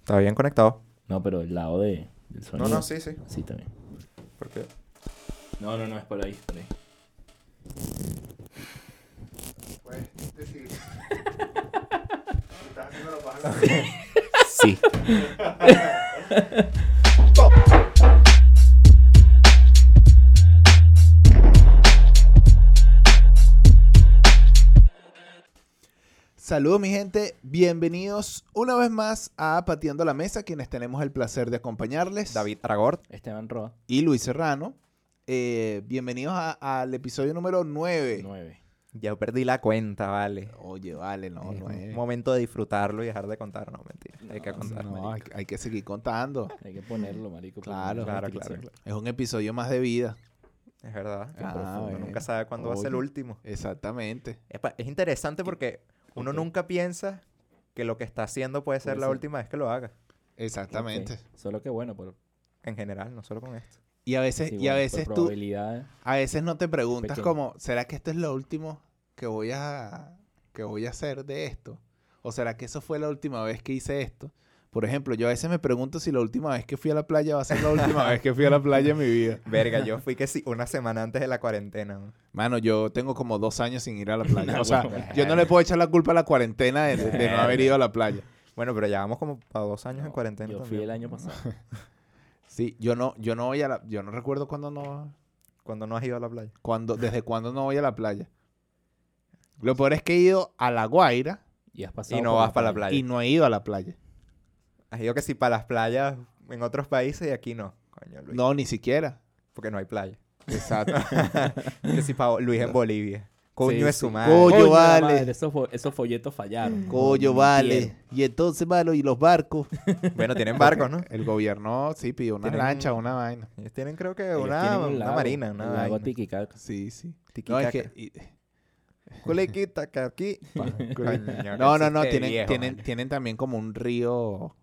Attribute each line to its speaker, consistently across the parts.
Speaker 1: Está bien conectado.
Speaker 2: No, pero el lado de, del sonido.
Speaker 1: No, no, sí, sí.
Speaker 2: Sí, también.
Speaker 1: Porque
Speaker 2: No, no, no, es por ahí, es por ahí.
Speaker 3: Puedes decir. Estás haciendo la
Speaker 2: Sí.
Speaker 3: Saludos mi gente, bienvenidos una vez más a Pateando la Mesa, quienes tenemos el placer de acompañarles.
Speaker 1: David Aragort.
Speaker 2: Esteban Roa,
Speaker 3: Y Luis Serrano. Eh, bienvenidos a- al episodio número 9.
Speaker 2: 9.
Speaker 1: Ya perdí la cuenta, vale.
Speaker 3: Oye, vale, no,
Speaker 1: Es
Speaker 3: no
Speaker 1: un
Speaker 3: es.
Speaker 1: momento de disfrutarlo y dejar de contar. No, mentira. hay que contar.
Speaker 3: No,
Speaker 1: marico.
Speaker 3: hay, hay que seguir contando.
Speaker 2: Hay que ponerlo, marico. porque
Speaker 3: Claro,
Speaker 2: no
Speaker 1: claro,
Speaker 2: es
Speaker 1: claro,
Speaker 2: utilización.
Speaker 1: claro.
Speaker 3: Es un episodio más de vida.
Speaker 1: Es verdad.
Speaker 3: Ah,
Speaker 1: Uno
Speaker 3: bueno.
Speaker 1: nunca sabe cuándo va a ser el
Speaker 3: Oye.
Speaker 1: último.
Speaker 3: Exactamente.
Speaker 1: Epa, es interesante porque uno
Speaker 2: Ok.
Speaker 1: nunca piensa que lo que está haciendo puede ser
Speaker 2: Puede
Speaker 1: la
Speaker 2: ser.
Speaker 1: última vez que lo haga.
Speaker 3: Exactamente.
Speaker 2: Ok, Solo que bueno, por,
Speaker 1: En general, no solo con esto.
Speaker 3: Y a veces,
Speaker 2: sí,
Speaker 3: y a
Speaker 2: bueno,
Speaker 3: veces
Speaker 2: por
Speaker 3: tú,
Speaker 2: probabilidades.
Speaker 3: a veces no te preguntas
Speaker 2: Pequeño.
Speaker 3: como, ¿será que esto es lo último que voy a que voy a hacer de esto? ¿O será que eso fue la última vez que hice esto? Por ejemplo, yo a veces me pregunto si la última vez que fui a la playa va a ser la última vez que fui a la playa en mi vida.
Speaker 1: Verga, yo fui que sí, una semana antes de la cuarentena. ¿no?
Speaker 3: Mano, yo tengo como dos años sin ir a la playa. O sea,
Speaker 2: Bueno.
Speaker 3: yo no le puedo echar la culpa a la cuarentena de, de no haber ido a la playa.
Speaker 1: Bueno, pero ya vamos como a dos años en
Speaker 2: No,
Speaker 1: cuarentena.
Speaker 2: Yo fui
Speaker 1: también.
Speaker 2: el año pasado.
Speaker 3: Sí, yo no, yo no voy a la, yo no recuerdo cuándo no,
Speaker 1: Cuando no has ido a la playa.
Speaker 3: cuándo, desde cuándo no voy a la playa. Lo peor es que he ido a La Guaira
Speaker 2: Y has pasado
Speaker 1: Y no
Speaker 2: por
Speaker 1: vas para la playa.
Speaker 3: y no he ido a la playa.
Speaker 1: Has ido que sí para las playas en otros países y aquí no. Coño, Luis.
Speaker 3: No, ni siquiera.
Speaker 1: Porque no hay playa.
Speaker 3: Exacto.
Speaker 1: que sí para Luis en Bolivia. Coño
Speaker 2: Sí,
Speaker 1: es
Speaker 2: sí.
Speaker 1: su madre.
Speaker 3: Coño,
Speaker 2: Coño, la
Speaker 3: vale.
Speaker 2: madre, esos, fo- esos folletos fallaron.
Speaker 3: Coño,
Speaker 2: No,
Speaker 3: vale.
Speaker 2: mintieron.
Speaker 3: Y entonces, mano, y los barcos.
Speaker 1: Bueno, tienen barcos, ¿no?
Speaker 3: El gobierno sí pidió una
Speaker 1: Tienen-
Speaker 3: lancha, una vaina.
Speaker 1: Ellos tienen creo que
Speaker 2: Ellos
Speaker 1: una,
Speaker 2: tienen un
Speaker 1: una
Speaker 2: lago,
Speaker 1: marina, una
Speaker 2: el lago
Speaker 1: vaina.
Speaker 2: Titicaca.
Speaker 3: Sí, sí. No, es
Speaker 1: Tiquitaca.
Speaker 3: que. y-
Speaker 1: Culiquita, que aquí. Coño,
Speaker 3: No, no,
Speaker 1: existe
Speaker 3: no.
Speaker 1: de
Speaker 3: Tienen,
Speaker 1: viejo,
Speaker 3: tienen,
Speaker 1: vale.
Speaker 3: tienen también como un río.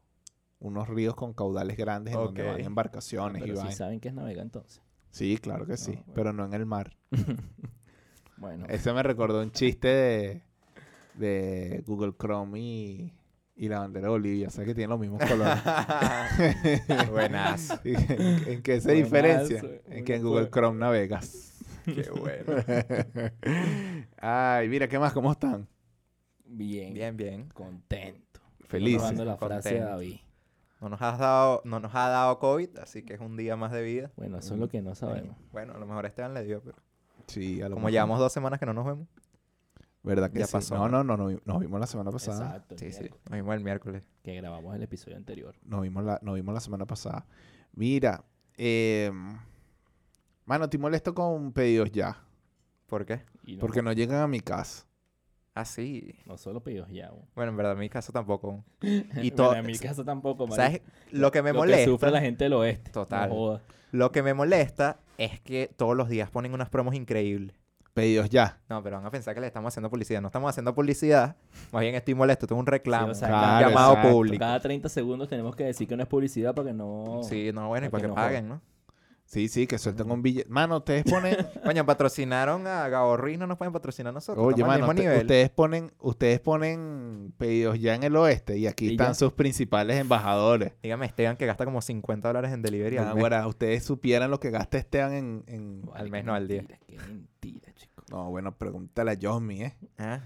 Speaker 3: Unos ríos con caudales grandes en donde
Speaker 1: Ok. Ah,
Speaker 3: van embarcaciones y
Speaker 2: Pero si
Speaker 3: vainas.
Speaker 2: saben que es navega entonces.
Speaker 3: Sí, claro que sí.
Speaker 2: No, bueno.
Speaker 3: Pero no en el mar.
Speaker 2: Bueno,
Speaker 3: Ese me recordó un chiste de, de Google Chrome y, y la bandera de Bolivia. O sea que tienen los mismos colores.
Speaker 1: Buenas.
Speaker 3: ¿Y ¿En en qué se
Speaker 2: Buenazo,
Speaker 3: diferencia? En que en
Speaker 2: uno
Speaker 3: Google
Speaker 2: puede-
Speaker 3: Chrome navegas.
Speaker 1: Qué bueno.
Speaker 3: Ay, mira, ¿qué más? ¿Cómo están?
Speaker 2: bien,
Speaker 1: Bien, bien.
Speaker 2: contento.
Speaker 3: Felices.
Speaker 2: Renovando la frase de
Speaker 1: contento.
Speaker 2: David.
Speaker 1: No nos, has dado, no nos ha dado COVID, así que es un día más de vida.
Speaker 2: Bueno, eso es lo que no sabemos.
Speaker 1: Bueno, a lo mejor Esteban le dio, pero
Speaker 3: Sí, a lo
Speaker 1: como
Speaker 3: mejor.
Speaker 1: llevamos dos semanas que no nos vemos.
Speaker 3: ¿Verdad que
Speaker 1: ya
Speaker 3: sí?
Speaker 1: pasó,
Speaker 3: No, no, no, no, vi- nos vimos la semana pasada.
Speaker 2: Exacto. el
Speaker 1: Sí, sí.
Speaker 2: miércoles,
Speaker 1: Nos vimos el miércoles.
Speaker 2: Que grabamos el episodio anterior.
Speaker 3: Nos vimos la, nos vimos la semana pasada. Mira, eh, mano, estoy molesto con pedidos ya.
Speaker 1: ¿Por qué?
Speaker 2: Y no,
Speaker 3: Porque no llegan a mi casa.
Speaker 1: Ah, sí.
Speaker 2: no solo pedidos ya. bo.
Speaker 1: Bueno, en verdad, en mi caso tampoco.
Speaker 2: Bueno,
Speaker 1: todo-
Speaker 2: en mi casa tampoco, marico.
Speaker 1: ¿Sabes? Lo que me
Speaker 2: Lo
Speaker 1: molesta.
Speaker 2: Que sufre la gente del oeste.
Speaker 1: Total.
Speaker 2: No joda.
Speaker 1: Lo que me molesta es que todos los días ponen unas promos increíbles.
Speaker 3: Pedidos ya.
Speaker 1: No, pero van a pensar que le estamos haciendo publicidad. No estamos haciendo publicidad. Más bien estoy molesto. Tengo un reclamo.
Speaker 2: Sí, o sea,
Speaker 1: un
Speaker 2: cada-
Speaker 1: llamado
Speaker 3: exacto.
Speaker 1: público.
Speaker 2: Cada 30 segundos tenemos que decir que no es publicidad para que no.
Speaker 1: Sí, no, bueno, y para
Speaker 2: Para que
Speaker 1: que
Speaker 2: no
Speaker 1: paguen, ¿no?
Speaker 3: Sí, sí, que suelten un billete. Mano, ustedes ponen.
Speaker 1: Coño, patrocinaron a Gaborri, no nos pueden patrocinar a nosotros.
Speaker 3: Oye,
Speaker 1: estamos al
Speaker 3: mano,
Speaker 1: mismo
Speaker 3: usted-
Speaker 1: nivel.
Speaker 3: ustedes ponen, ustedes ponen pedidos ya en el oeste y aquí
Speaker 2: Y
Speaker 3: están
Speaker 2: ya.
Speaker 3: sus principales embajadores.
Speaker 1: Dígame, Esteban, que gasta como 50 dólares en delivery
Speaker 2: Ah,
Speaker 1: al mes.
Speaker 3: Ahora, ustedes supieran lo que gasta Esteban en... en-
Speaker 2: Vale,
Speaker 1: Al
Speaker 2: qué
Speaker 1: menos al día.
Speaker 2: mentira, Qué mentira, chico.
Speaker 3: No, bueno, pregúntale a Josmi, ¿eh?
Speaker 1: Ah,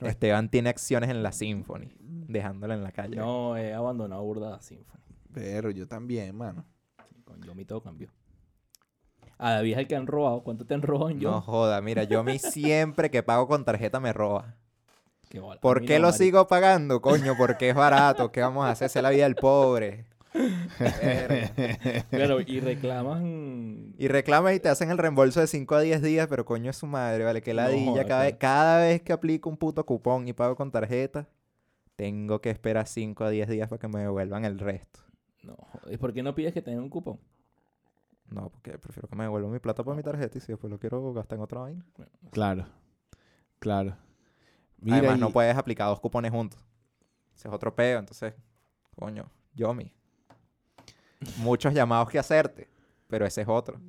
Speaker 1: Esteban tiene acciones en la Symphony, dejándola en la calle.
Speaker 2: No, he abandonado Burda la Symphony.
Speaker 3: Pero yo también, mano.
Speaker 2: Con Yomi todo cambió. A David es el que han robado. ¿Cuánto te han robado en Yomi?
Speaker 1: No joda, mira, yo a mí siempre que pago con tarjeta me roba.
Speaker 2: Qué bola. A
Speaker 1: ¿Por
Speaker 2: mí
Speaker 1: qué
Speaker 2: no,
Speaker 1: lo
Speaker 2: marico.
Speaker 1: sigo pagando, coño? Porque es barato. ¿Qué vamos a hacer? Esa es la vida del pobre. Verga.
Speaker 2: Claro, y reclaman.
Speaker 1: Y reclamas y te hacen el reembolso de 5 a 10 días, pero coño es su madre, ¿vale? Que
Speaker 2: No
Speaker 1: ladilla.
Speaker 2: joda,
Speaker 1: cada, vez,
Speaker 2: claro.
Speaker 1: cada vez que aplico un puto cupón y pago con tarjeta, tengo que esperar 5 a 10 días para que me devuelvan el resto.
Speaker 2: No, joder, ¿y por qué no pides que tengan un cupón?
Speaker 1: No, porque prefiero que me devuelvan mi plata por mi tarjeta y si después lo quiero gastar en otra vaina.
Speaker 2: Bueno, no sé.
Speaker 3: Claro, claro. Mira,
Speaker 1: Además,
Speaker 3: y-
Speaker 1: no puedes aplicar dos cupones juntos. Ese es otro peo, entonces, coño, Yomi. Muchos llamados que hacerte, pero ese es otro.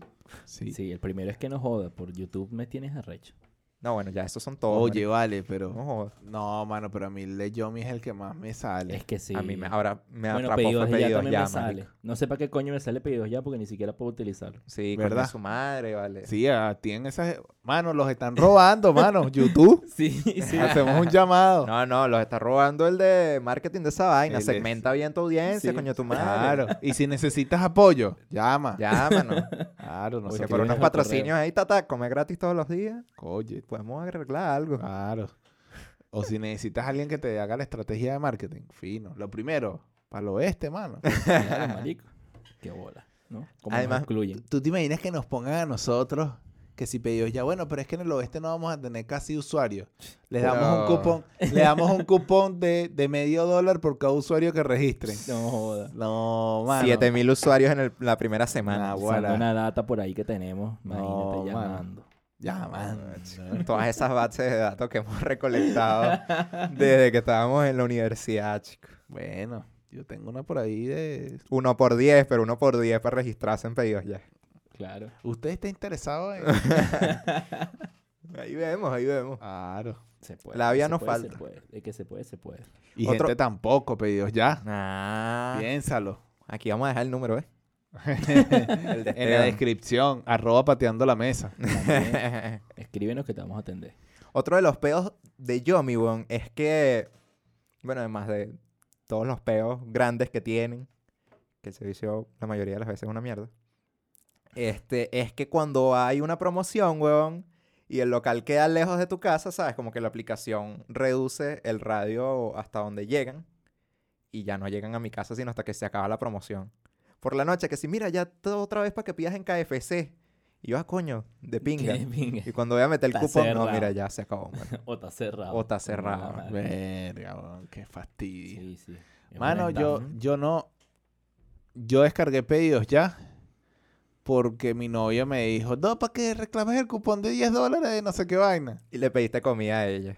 Speaker 3: sí.
Speaker 2: Sí, el primero es que no joda. Por YouTube me tienes arrecho.
Speaker 1: No, bueno, ya esos son todos.
Speaker 3: Oye, vale,
Speaker 1: marico.
Speaker 3: pero.
Speaker 1: No jodas.
Speaker 3: No, mano, pero a mí el de Yomi es el que más me sale.
Speaker 2: Es que sí.
Speaker 1: A mí me, ahora me
Speaker 2: bueno,
Speaker 1: atrapó fue
Speaker 2: pedidos ya
Speaker 1: pedidos
Speaker 2: también
Speaker 1: ya,
Speaker 2: me sale.
Speaker 1: marico.
Speaker 2: No sé para qué coño me sale pedidos ya porque ni siquiera puedo utilizarlo.
Speaker 1: Sí, ¿verdad?
Speaker 3: ¿Verdad?
Speaker 1: su madre, vale.
Speaker 3: Sí, a ti en esas. Mano, los están robando, mano. YouTube.
Speaker 2: Sí, sí.
Speaker 3: Hacemos un llamado.
Speaker 1: No, no, los está robando el de marketing de esa vaina.
Speaker 3: El de-
Speaker 1: Segmenta bien tu audiencia,
Speaker 2: Sí.
Speaker 1: coño tu madre.
Speaker 3: Claro. Y si necesitas apoyo, llama.
Speaker 1: Ya, mano.
Speaker 3: Claro,
Speaker 2: Oye,
Speaker 1: Que
Speaker 3: nosotros.
Speaker 1: por
Speaker 2: tienes
Speaker 1: unos
Speaker 2: el
Speaker 1: patrocinios
Speaker 2: correo.
Speaker 1: ahí, tata, come gratis todos los días.
Speaker 3: Oye,
Speaker 1: Podemos arreglar algo.
Speaker 3: claro. O si necesitas a alguien que te haga la estrategia de marketing, fino. Lo primero, para el oeste, mano.
Speaker 2: Claro, marico. Qué bola, ¿no? Cómo nos
Speaker 1: Además,
Speaker 3: ¿Tú-
Speaker 2: excluyen.
Speaker 3: ¿Tú te imaginas que nos pongan a nosotros que si pedidos ya, bueno, pero es que en el oeste no vamos a tener casi usuarios? Les damos
Speaker 1: No.
Speaker 3: un cupón, le damos un cupón de, de medio dólar por cada usuario que registren.
Speaker 2: No joda.
Speaker 3: No, mano.
Speaker 1: 7000 usarios en el- la primera semana.
Speaker 3: Ah,
Speaker 2: Usando
Speaker 3: Guara.
Speaker 2: una data por ahí que tenemos. Imagínate
Speaker 3: No, mano.
Speaker 2: llamando.
Speaker 3: Ya, mano.
Speaker 1: Todas esas bases de datos que hemos recolectado desde que estábamos en la universidad, chicos.
Speaker 3: Bueno, yo tengo una por ahí de...
Speaker 1: Uno por 10, pero uno por 10 para registrarse en pedidos ya.
Speaker 2: Claro.
Speaker 3: ¿Usted está interesado en...?
Speaker 1: Ahí vemos, ahí vemos.
Speaker 3: Claro.
Speaker 2: Se puede.
Speaker 1: La vida
Speaker 2: se
Speaker 1: no
Speaker 2: puede, se
Speaker 1: falta.
Speaker 2: puede. De que se puede, se puede.
Speaker 3: Y
Speaker 1: Otro-
Speaker 3: gente tampoco, pedidos ya.
Speaker 1: Ah,
Speaker 3: Piénsalo.
Speaker 1: aquí vamos a dejar el número, ¿eh? El de
Speaker 3: En la descripción, arroba pateando la mesa.
Speaker 2: También,
Speaker 1: Esteban.
Speaker 2: escríbenos que te vamos a atender.
Speaker 1: Otro de los peos de Yomi, weón, es que, bueno, además de todos los peos grandes que tienen, que el servicio la mayoría de las veces es una mierda, este, es que cuando hay una promoción, weón, y el local queda lejos de tu casa, ¿sabes? Como que la aplicación reduce el radio hasta donde llegan y ya no llegan a mi casa sino hasta que se acaba la promoción. Por la noche, que si mira, ya todo otra vez para que pidas en KFC. Y yo, ah, coño, de pinga.
Speaker 2: Que pinga.
Speaker 1: Y cuando voy a meter el
Speaker 2: Está
Speaker 1: cupón, no,
Speaker 2: cerrado.
Speaker 1: mira, ya se acabó. mano.
Speaker 2: O está cerrado.
Speaker 1: O está cerrado.
Speaker 2: Madre.
Speaker 3: Verga, weón, qué fastidio.
Speaker 2: Sí, sí. Es una
Speaker 3: Mano, yo,
Speaker 2: estafa.
Speaker 3: yo no. Yo descargué pedidos ya. Porque mi novia me dijo, no, ¿para qué reclamas el cupón de 10 dólares de no sé qué vaina?
Speaker 1: Y le pediste comida a ella.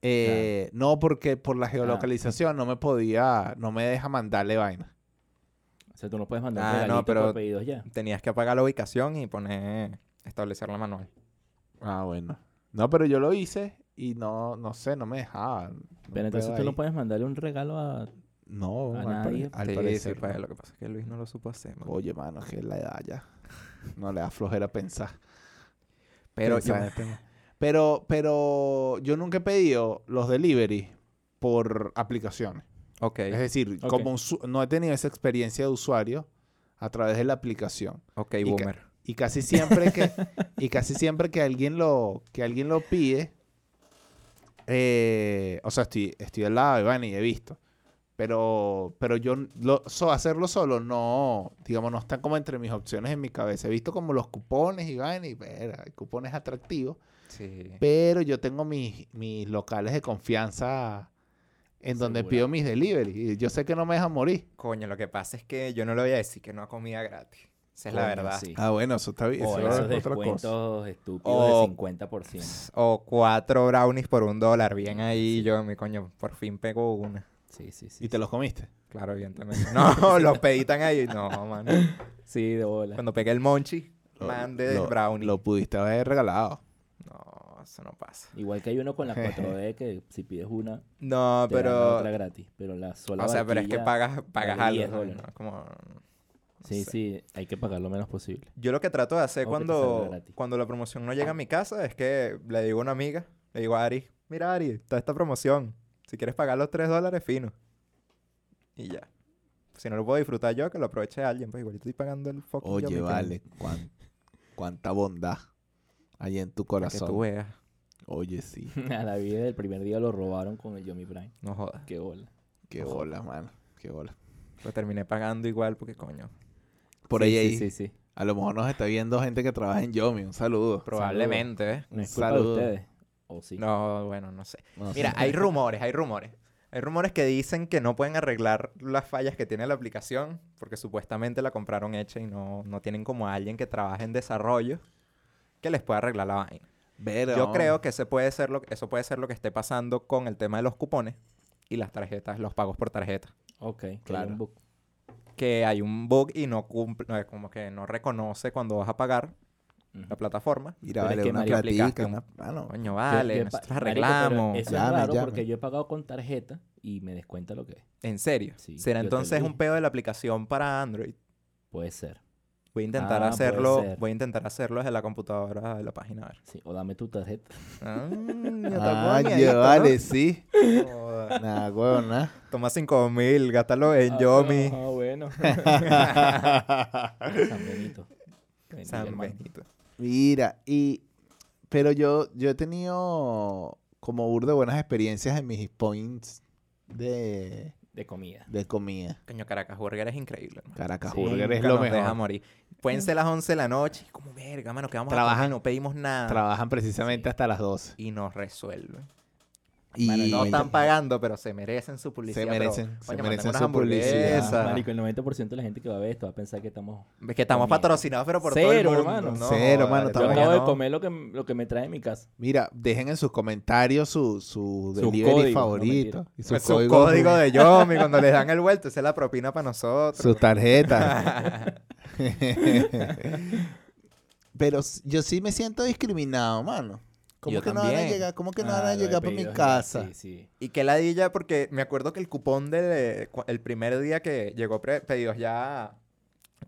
Speaker 3: Eh, No, porque por
Speaker 2: Ah.
Speaker 3: la geolocalización no me podía, no me deja mandarle vaina.
Speaker 2: O sea, tú no puedes mandar
Speaker 1: Ah,
Speaker 2: un regalito
Speaker 1: no, pero-
Speaker 2: por pedidos ya.
Speaker 1: Tenías que apagar la ubicación y poner establecerla manual.
Speaker 3: Ah, bueno. No, pero yo lo hice y no, no sé, no me dejaba. No
Speaker 2: Pero entonces
Speaker 3: puedo
Speaker 2: tú
Speaker 3: ahí.
Speaker 2: no puedes mandarle un regalo a...
Speaker 3: No,
Speaker 2: a
Speaker 3: al,
Speaker 2: nadie.
Speaker 3: pare- al
Speaker 1: Sí, sí,
Speaker 3: parecer.
Speaker 1: pues,
Speaker 3: no.
Speaker 1: lo que pasa es que Luis no lo supo hacer. mano.
Speaker 3: Oye, mano, que la edad ya. No le da flojera pensar.
Speaker 1: Pero yo,
Speaker 3: Pensaba en el tema. Pero, pero yo nunca he pedido los delivery por aplicaciones.
Speaker 1: ok,
Speaker 3: Es decir,
Speaker 2: Ok.
Speaker 3: como usu- no he tenido esa experiencia de usuario a través de la aplicación.
Speaker 1: ok,
Speaker 3: y ca-
Speaker 1: boomer.
Speaker 3: Y casi siempre que, y casi siempre que alguien lo, que alguien lo pide, eh, o sea, estoy, estoy al lado de Iván y he visto. Pero, pero yo n- lo, so- hacerlo solo no, digamos, no está como entre mis opciones en mi cabeza. He visto como los cupones, Iván, y verga, hay cupones atractivos.
Speaker 1: Sí.
Speaker 3: Pero yo tengo mis, mis locales de confianza en donde
Speaker 2: Asegurado.
Speaker 3: pido mis delivery. Y yo sé que no me dejan morir.
Speaker 1: Coño, lo que pasa es que yo no le voy a decir que no a comida gratis. Esa es la
Speaker 2: Coño,
Speaker 1: verdad.
Speaker 2: sí.
Speaker 3: Ah, bueno, eso está bien.
Speaker 2: O esos descuentos estúpidos
Speaker 1: O-
Speaker 2: de 50%.
Speaker 1: Pss, O cuatro brownies por un dólar. Bien ahí, yo, mi coño, por fin pegó una.
Speaker 2: Sí, sí, sí.
Speaker 3: ¿Y te los comiste?
Speaker 1: Claro, evidentemente. No, los peditan ahí. No, mano.
Speaker 2: Sí, de bola.
Speaker 1: Cuando pegué el monchi, mande del
Speaker 3: lo,
Speaker 1: brownie.
Speaker 3: Lo pudiste haber regalado.
Speaker 1: No, eso no pasa.
Speaker 2: Igual que hay uno con la 4D que si pides una,
Speaker 1: No,
Speaker 2: te dan la
Speaker 1: pero
Speaker 2: otra gratis. Pero la sola
Speaker 1: O sea, pero es que
Speaker 2: vaquilla-
Speaker 1: pagas, pagas
Speaker 2: vale
Speaker 1: algo. ¿sabes?
Speaker 2: 10 dólares.
Speaker 1: No es como-
Speaker 2: Sí,
Speaker 1: sé.
Speaker 2: sí, hay que pagar lo menos posible.
Speaker 1: Yo lo que trato de hacer
Speaker 2: O que te
Speaker 1: cuando,
Speaker 2: salga gratis.
Speaker 1: cuando la promoción no llega a mi casa es que le digo a una amiga, le digo a Ari, mira Ari, está esta promoción. Si quieres pagar los 3 dólares, fino. Y ya. Si no lo puedo disfrutar yo, que lo aproveche alguien, pues igual estoy pagando el fucking Yummy
Speaker 3: Oye,
Speaker 1: que-
Speaker 3: vale, cuán- cuánta bondad hay en tu
Speaker 1: para Que tú
Speaker 3: corazón.
Speaker 1: veas,
Speaker 3: Oye, sí,
Speaker 2: A la vida del primer día lo robaron con el Yomi Prime.
Speaker 1: no jodas.
Speaker 2: Qué bola.
Speaker 3: qué bola, mano. Qué bola.
Speaker 1: Lo terminé pagando igual porque coño.
Speaker 3: Por
Speaker 2: Sí,
Speaker 3: ahí,
Speaker 2: sí,
Speaker 3: ahí,
Speaker 2: Sí, sí.
Speaker 3: a lo mejor nos está viendo gente que trabaja en Yomi. Un saludo.
Speaker 1: Probablemente, ¿eh?
Speaker 2: No es culpa de
Speaker 3: Saludo.
Speaker 2: ustedes. O sí.
Speaker 1: No, bueno, no sé.
Speaker 3: No sé.
Speaker 1: Mira, hay rumores, hay rumores. Hay rumores que dicen que no pueden arreglar las fallas que tiene la aplicación porque supuestamente la compraron hecha y no, no tienen como a alguien que trabaje en desarrollo que les pueda arreglar la vaina.
Speaker 3: Verga,
Speaker 1: Yo
Speaker 3: vamos.
Speaker 1: creo que ese puede ser lo, eso puede ser lo que esté pasando con el tema de los cupones y las tarjetas, los pagos por tarjeta.
Speaker 2: Ok, que hay
Speaker 3: Claro.
Speaker 2: un book.
Speaker 1: Que hay un bug y no cumple, no, como que no reconoce cuando vas a pagar
Speaker 2: Ujú.
Speaker 1: la plataforma.
Speaker 2: Pero
Speaker 3: Mira,
Speaker 2: es
Speaker 3: vale,
Speaker 2: que,
Speaker 3: una
Speaker 2: marico,
Speaker 3: platica,
Speaker 1: aplicaste
Speaker 3: una... Ah, no.
Speaker 1: Coño,
Speaker 2: Yo-
Speaker 1: vale,
Speaker 2: yo he pa-
Speaker 1: nosotros
Speaker 2: marico, pero
Speaker 1: arreglamos.
Speaker 2: Eso
Speaker 3: Llame,
Speaker 2: es raro
Speaker 3: llame.
Speaker 2: porque yo he pagado con tarjeta y me descuenta lo que es.
Speaker 1: En serio.
Speaker 2: Sí,
Speaker 1: ¿Será
Speaker 2: yo te lo
Speaker 1: entonces un
Speaker 2: dije.
Speaker 1: pedo de la aplicación para Android?
Speaker 2: Puede ser.
Speaker 1: Voy a intentar
Speaker 2: Ah, puede
Speaker 1: hacerlo.
Speaker 2: ser.
Speaker 1: Voy a intentar hacerlo desde la computadora de la página. A ver.
Speaker 2: Sí, o dame tu tarjeta.
Speaker 1: Ah,
Speaker 3: Ah, ya, vale, sí. Nada, huevón, nada.
Speaker 1: Toma 5 mil, gátalo en
Speaker 2: Ah,
Speaker 1: Yomi.
Speaker 2: Ah, bueno. San Benito. Bendiga,
Speaker 1: San
Speaker 2: hermano.
Speaker 1: Benito.
Speaker 3: Mira, y pero yo, yo he tenido como burda de buenas experiencias en mis points de,
Speaker 2: De comida.
Speaker 3: de comida.
Speaker 1: Coño, Caracas Burger es increíble. hermano.
Speaker 3: Caracas
Speaker 2: Sí,
Speaker 3: Burger es
Speaker 1: Nunca
Speaker 3: lo
Speaker 1: nos
Speaker 3: mejor.
Speaker 1: deja morir. Pueden ser las 11 de la noche. y Como verga, mano, que vamos a comer?
Speaker 3: Trabajan-
Speaker 1: No pedimos nada.
Speaker 3: Trabajan precisamente
Speaker 2: Sí.
Speaker 3: hasta las 12.
Speaker 1: y nos resuelven.
Speaker 3: Y
Speaker 1: Bueno, no están
Speaker 3: tan
Speaker 1: pagando, pero se merecen su publicidad. pero,
Speaker 3: merecen-
Speaker 1: coño,
Speaker 3: se
Speaker 1: mandame
Speaker 3: merecen
Speaker 1: unas
Speaker 3: su publicidad.
Speaker 1: hamburguesas.
Speaker 3: Esa.
Speaker 2: Ah, Marico, el 90% de la gente que va a ver esto va a pensar que estamos...
Speaker 1: Es que estamos
Speaker 2: Comida.
Speaker 1: patrocinados, pero por
Speaker 2: Cero,
Speaker 1: todo el mundo.
Speaker 2: hermano.
Speaker 1: no
Speaker 3: Cero,
Speaker 1: jodas,
Speaker 3: hermano,
Speaker 1: de
Speaker 2: Yo
Speaker 3: estamos-
Speaker 1: verdad
Speaker 2: acabo de
Speaker 1: no.
Speaker 2: comer lo que, lo que me trae en mi casa.
Speaker 3: Mira, dejen en sus comentarios su, su
Speaker 2: Sus
Speaker 3: delivery
Speaker 2: códigos, no,
Speaker 3: favorito. y
Speaker 1: Pues
Speaker 3: sus
Speaker 1: Su código,
Speaker 3: códigos-
Speaker 1: de Yomi, cuando les dan el vuelto, esa es la propina para nosotros.
Speaker 3: Sus tarjetas. Pero s- yo sí me siento discriminado, mano. ¿Cómo
Speaker 1: Yo
Speaker 3: que no van a
Speaker 1: también.
Speaker 3: llegar? ¿Cómo que no
Speaker 2: Ah,
Speaker 3: van a
Speaker 2: lo de
Speaker 3: llegar para mi
Speaker 2: pedidos,
Speaker 3: casa?
Speaker 2: Sí, sí.
Speaker 1: Y que ladilla, porque me acuerdo que el cupón del el primer día que llegó pre- pedidos ya a-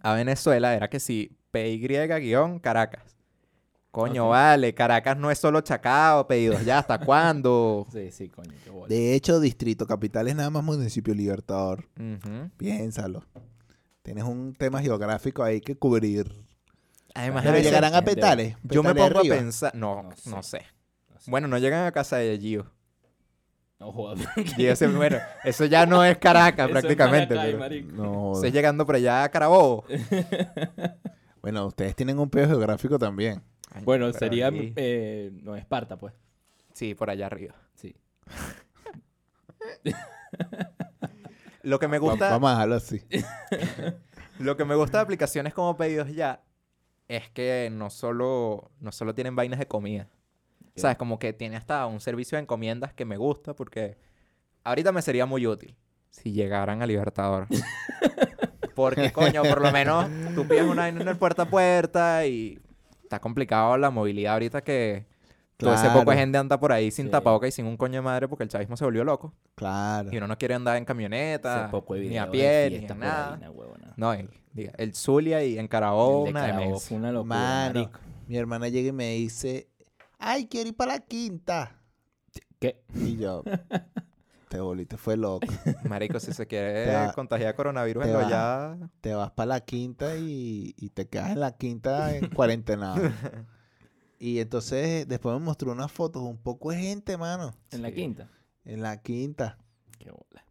Speaker 1: a Venezuela era que sí, PY-Caracas. Coño,
Speaker 2: Ok.
Speaker 1: vale, Caracas no es solo Chacao, pedidos ya, ¿hasta cuándo?
Speaker 2: Sí, sí, coño, qué
Speaker 1: pues.
Speaker 2: bola.
Speaker 3: De hecho, Distrito Capital es nada más municipio libertador.
Speaker 1: Ujú.
Speaker 3: Piénsalo. Tienes un tema geográfico ahí que cubrir.
Speaker 1: Además, a
Speaker 3: Pero
Speaker 1: veces-
Speaker 3: llegarán a
Speaker 2: gente-
Speaker 3: Petales.
Speaker 1: Ah, Yo me
Speaker 3: Petales
Speaker 1: pongo
Speaker 3: arriba.
Speaker 1: a pensar. No, no
Speaker 2: No
Speaker 1: sé.
Speaker 2: sé.
Speaker 1: Bueno, no llegan a casa de Gio.
Speaker 2: No jodas.
Speaker 1: Gio se- bueno, eso ya no es Caracas
Speaker 2: Eso es
Speaker 1: prácticamente.
Speaker 2: Maracay,
Speaker 1: pero
Speaker 2: marico.
Speaker 3: No,
Speaker 1: Estoy llegando por allá a Carabobo.
Speaker 3: bueno, ustedes tienen un pedo geográfico también.
Speaker 1: Ay,
Speaker 2: Bueno,
Speaker 1: pero
Speaker 2: sería...
Speaker 1: ahí-
Speaker 2: eh, no, Esparta, pues.
Speaker 1: Sí, por allá arriba.
Speaker 2: Sí.
Speaker 1: Lo que me
Speaker 3: Va-
Speaker 1: gusta,
Speaker 3: Vamos a dejarlo así.
Speaker 1: lo que me gusta de aplicaciones como pedidos ya es que no solo, no solo tienen vainas de comida. ¿Sabes? Como que tiene hasta un servicio de encomiendas que me gusta porque ahorita me sería muy útil si llegaran a Libertador. Porque, coño, por lo menos tú pides una vaina en el puerta a puerta y está complicado la movilidad ahorita que todo ese poco de
Speaker 3: Claro.
Speaker 1: gente anda por ahí sin
Speaker 2: Sí.
Speaker 1: tapabocas y sin un coño de madre porque el chavismo se volvió loco.
Speaker 3: Claro.
Speaker 1: Y uno no quiere andar en camioneta,
Speaker 2: Ese poco de
Speaker 1: ni
Speaker 2: video
Speaker 1: a
Speaker 2: de
Speaker 1: pie, ni
Speaker 2: fiesta
Speaker 1: en
Speaker 2: por ahí,
Speaker 1: nada.
Speaker 2: una huevona.
Speaker 1: No, el, diga, el Zulia y en
Speaker 2: El
Speaker 1: Carabobo
Speaker 2: de
Speaker 1: una de
Speaker 2: Carabobo
Speaker 1: mes.
Speaker 2: fue una locura,
Speaker 3: Mano.
Speaker 2: marico.
Speaker 3: Mi hermana llega y me dice, ay, quiero ir para la quinta.
Speaker 2: ¿Qué?
Speaker 3: Y yo, te bolito, fue loco.
Speaker 1: Marico, si se quiere
Speaker 3: Te va-
Speaker 1: contagiar coronavirus
Speaker 3: te
Speaker 1: en lo
Speaker 3: va-
Speaker 1: ya...
Speaker 3: Te vas para la quinta y, y te quedas en la quinta en cuarentena. Y entonces después me mostró unas fotos, un poco de gente, mano,
Speaker 2: En la
Speaker 1: Sí.
Speaker 2: quinta.
Speaker 3: en la quinta.
Speaker 2: Qué bola.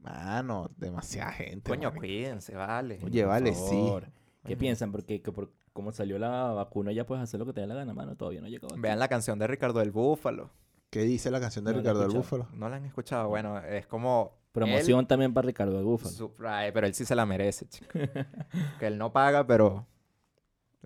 Speaker 3: Mano, demasiada gente.
Speaker 1: Coño,
Speaker 2: pues.
Speaker 3: marico.
Speaker 1: cuídense, vale.
Speaker 3: Oye,
Speaker 2: por
Speaker 3: vale, sí.
Speaker 2: favor. ¿Qué
Speaker 1: Ujú.
Speaker 2: piensan? Porque que por- como salió la vacuna ya puedes hacer lo que te dé la gana, mano. Todavía no llegó.
Speaker 1: Vean la canción de Ricardo del Búfalo.
Speaker 3: ¿Qué dice la canción
Speaker 2: No
Speaker 3: de
Speaker 2: la he
Speaker 3: Ricardo del
Speaker 2: escuchado.
Speaker 3: Búfalo?
Speaker 1: ¿No la han escuchado? Bueno, es como... él-
Speaker 2: Promoción también para Ricardo de Búfalo.
Speaker 1: su- ay, pero él sí se la merece, chico. que él no paga, pero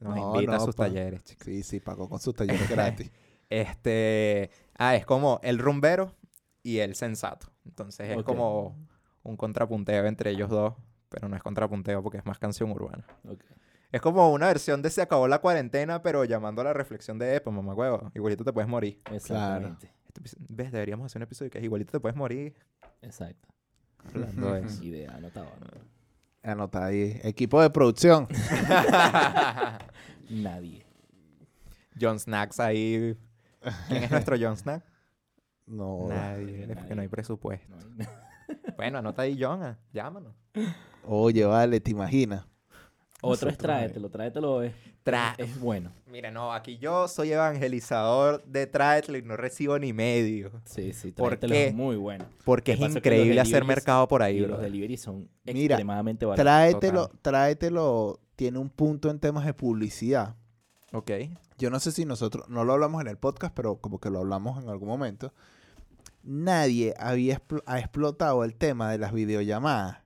Speaker 1: nos
Speaker 3: No,
Speaker 1: invita a
Speaker 3: no,
Speaker 1: sus
Speaker 3: pa.
Speaker 1: talleres, chico.
Speaker 3: Sí, sí, pagó con sus talleres gratis.
Speaker 1: Este... Ah, es como el rumbero y el sensato. Entonces es
Speaker 2: Ok.
Speaker 1: como un contrapunteo entre ellos dos. Pero no es contrapunteo porque es más canción urbana.
Speaker 2: Ok.
Speaker 1: Es como una versión de Se acabó la cuarentena, pero llamando a la reflexión de Epa, mamá huevo. Igualito te puedes morir.
Speaker 2: Exactamente.
Speaker 1: Este episo- ¿Ves? Deberíamos hacer un episodio que es Igualito te puedes morir.
Speaker 2: Exacto.
Speaker 1: Hablando de eso.
Speaker 2: Idea, anotado. anotado.
Speaker 3: Anota ahí. Equipo de producción.
Speaker 2: Nadie.
Speaker 1: John Snacks ahí. ¿Quién es nuestro John Snack?
Speaker 3: No.
Speaker 1: Nadie. Es porque no hay
Speaker 2: nadie.
Speaker 1: presupuesto.
Speaker 2: No hay-
Speaker 1: Bueno, anota ahí, John. ah, Llámanos.
Speaker 3: Oye, vale, te imaginas.
Speaker 2: Otro es
Speaker 3: Nosotros, eh.
Speaker 2: tráetelo, tráetelo es,
Speaker 1: Tra-
Speaker 2: es bueno.
Speaker 1: Mira, no, aquí yo soy evangelizador de Tráetelo y no recibo ni medio.
Speaker 2: Sí, sí,
Speaker 1: ¿Por
Speaker 2: tráetelo
Speaker 1: qué?
Speaker 2: es muy bueno.
Speaker 1: Porque
Speaker 2: Lo
Speaker 1: es
Speaker 2: que pasa es que los
Speaker 1: increíble hacer
Speaker 2: deliveries-
Speaker 1: mercado por ahí,
Speaker 2: Y
Speaker 1: bro.
Speaker 2: los deliveries son
Speaker 3: Mira,
Speaker 2: extremadamente baratos.
Speaker 3: Tráetelo, tráetelo. Tiene un punto en temas de publicidad.
Speaker 1: Ok.
Speaker 3: Yo no sé si nosotros, no lo hablamos en el podcast, pero como que lo hablamos en algún momento. Nadie había expl- ha explotado el tema de las videollamadas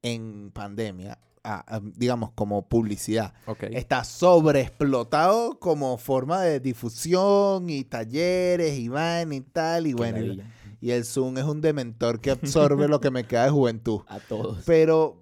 Speaker 3: en pandemia, ah, ah, digamos, como publicidad.
Speaker 1: Ok.
Speaker 3: Está sobreexplotado como forma de difusión y talleres y van y tal. Y
Speaker 2: Qué
Speaker 3: bueno, y,
Speaker 2: maravilla. pues.
Speaker 3: y el Zoom es un dementor que absorbe lo que me queda de juventud.
Speaker 2: a todos.
Speaker 3: Pero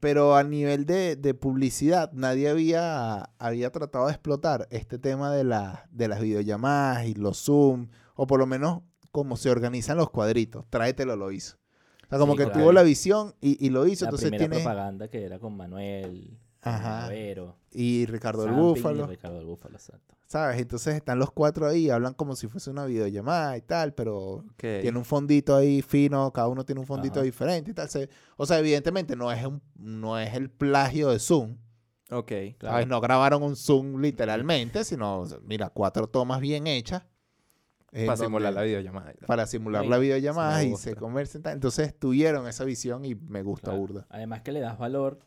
Speaker 3: pero a nivel de, de publicidad, nadie había, había tratado de explotar este tema de, la- de las videollamadas y los Zoom, o por lo menos cómo se organizan los cuadritos. Tráetelo lo hizo. O sea, como
Speaker 2: Sí,
Speaker 3: que
Speaker 2: claro.
Speaker 3: tuvo la visión y, y lo hizo.
Speaker 2: La
Speaker 3: Entonces
Speaker 2: primera
Speaker 3: tiene.
Speaker 2: propaganda que era con Manuel,
Speaker 3: Ajá.
Speaker 2: con Vero,
Speaker 3: Y Ricardo el
Speaker 2: Samping y
Speaker 3: Búfalo.
Speaker 2: Ricardo el Búfalo, exacto.
Speaker 3: ¿Sabes? Entonces están los cuatro ahí, hablan como si fuese una videollamada y tal, pero
Speaker 1: Ok.
Speaker 3: tiene un fondito ahí fino, cada uno tiene un fondito
Speaker 2: Ajá.
Speaker 3: diferente y tal. se- o sea, evidentemente no es, un- no es el plagio de Zoom.
Speaker 1: Ok.
Speaker 2: Claro.
Speaker 3: ¿Sabes? No grabaron un Zoom literalmente, sino, o sea, mira, cuatro tomas bien hechas. en
Speaker 1: Para
Speaker 3: donde-
Speaker 1: simular la videollamada. y tal.
Speaker 3: Para simular
Speaker 2: Ay,
Speaker 3: la videollamada
Speaker 1: se me
Speaker 3: y
Speaker 1: gusta.
Speaker 3: se conversan. tal. Entonces tuvieron esa visión y me gusta
Speaker 2: Claro.
Speaker 3: burda.
Speaker 2: Además que le das valor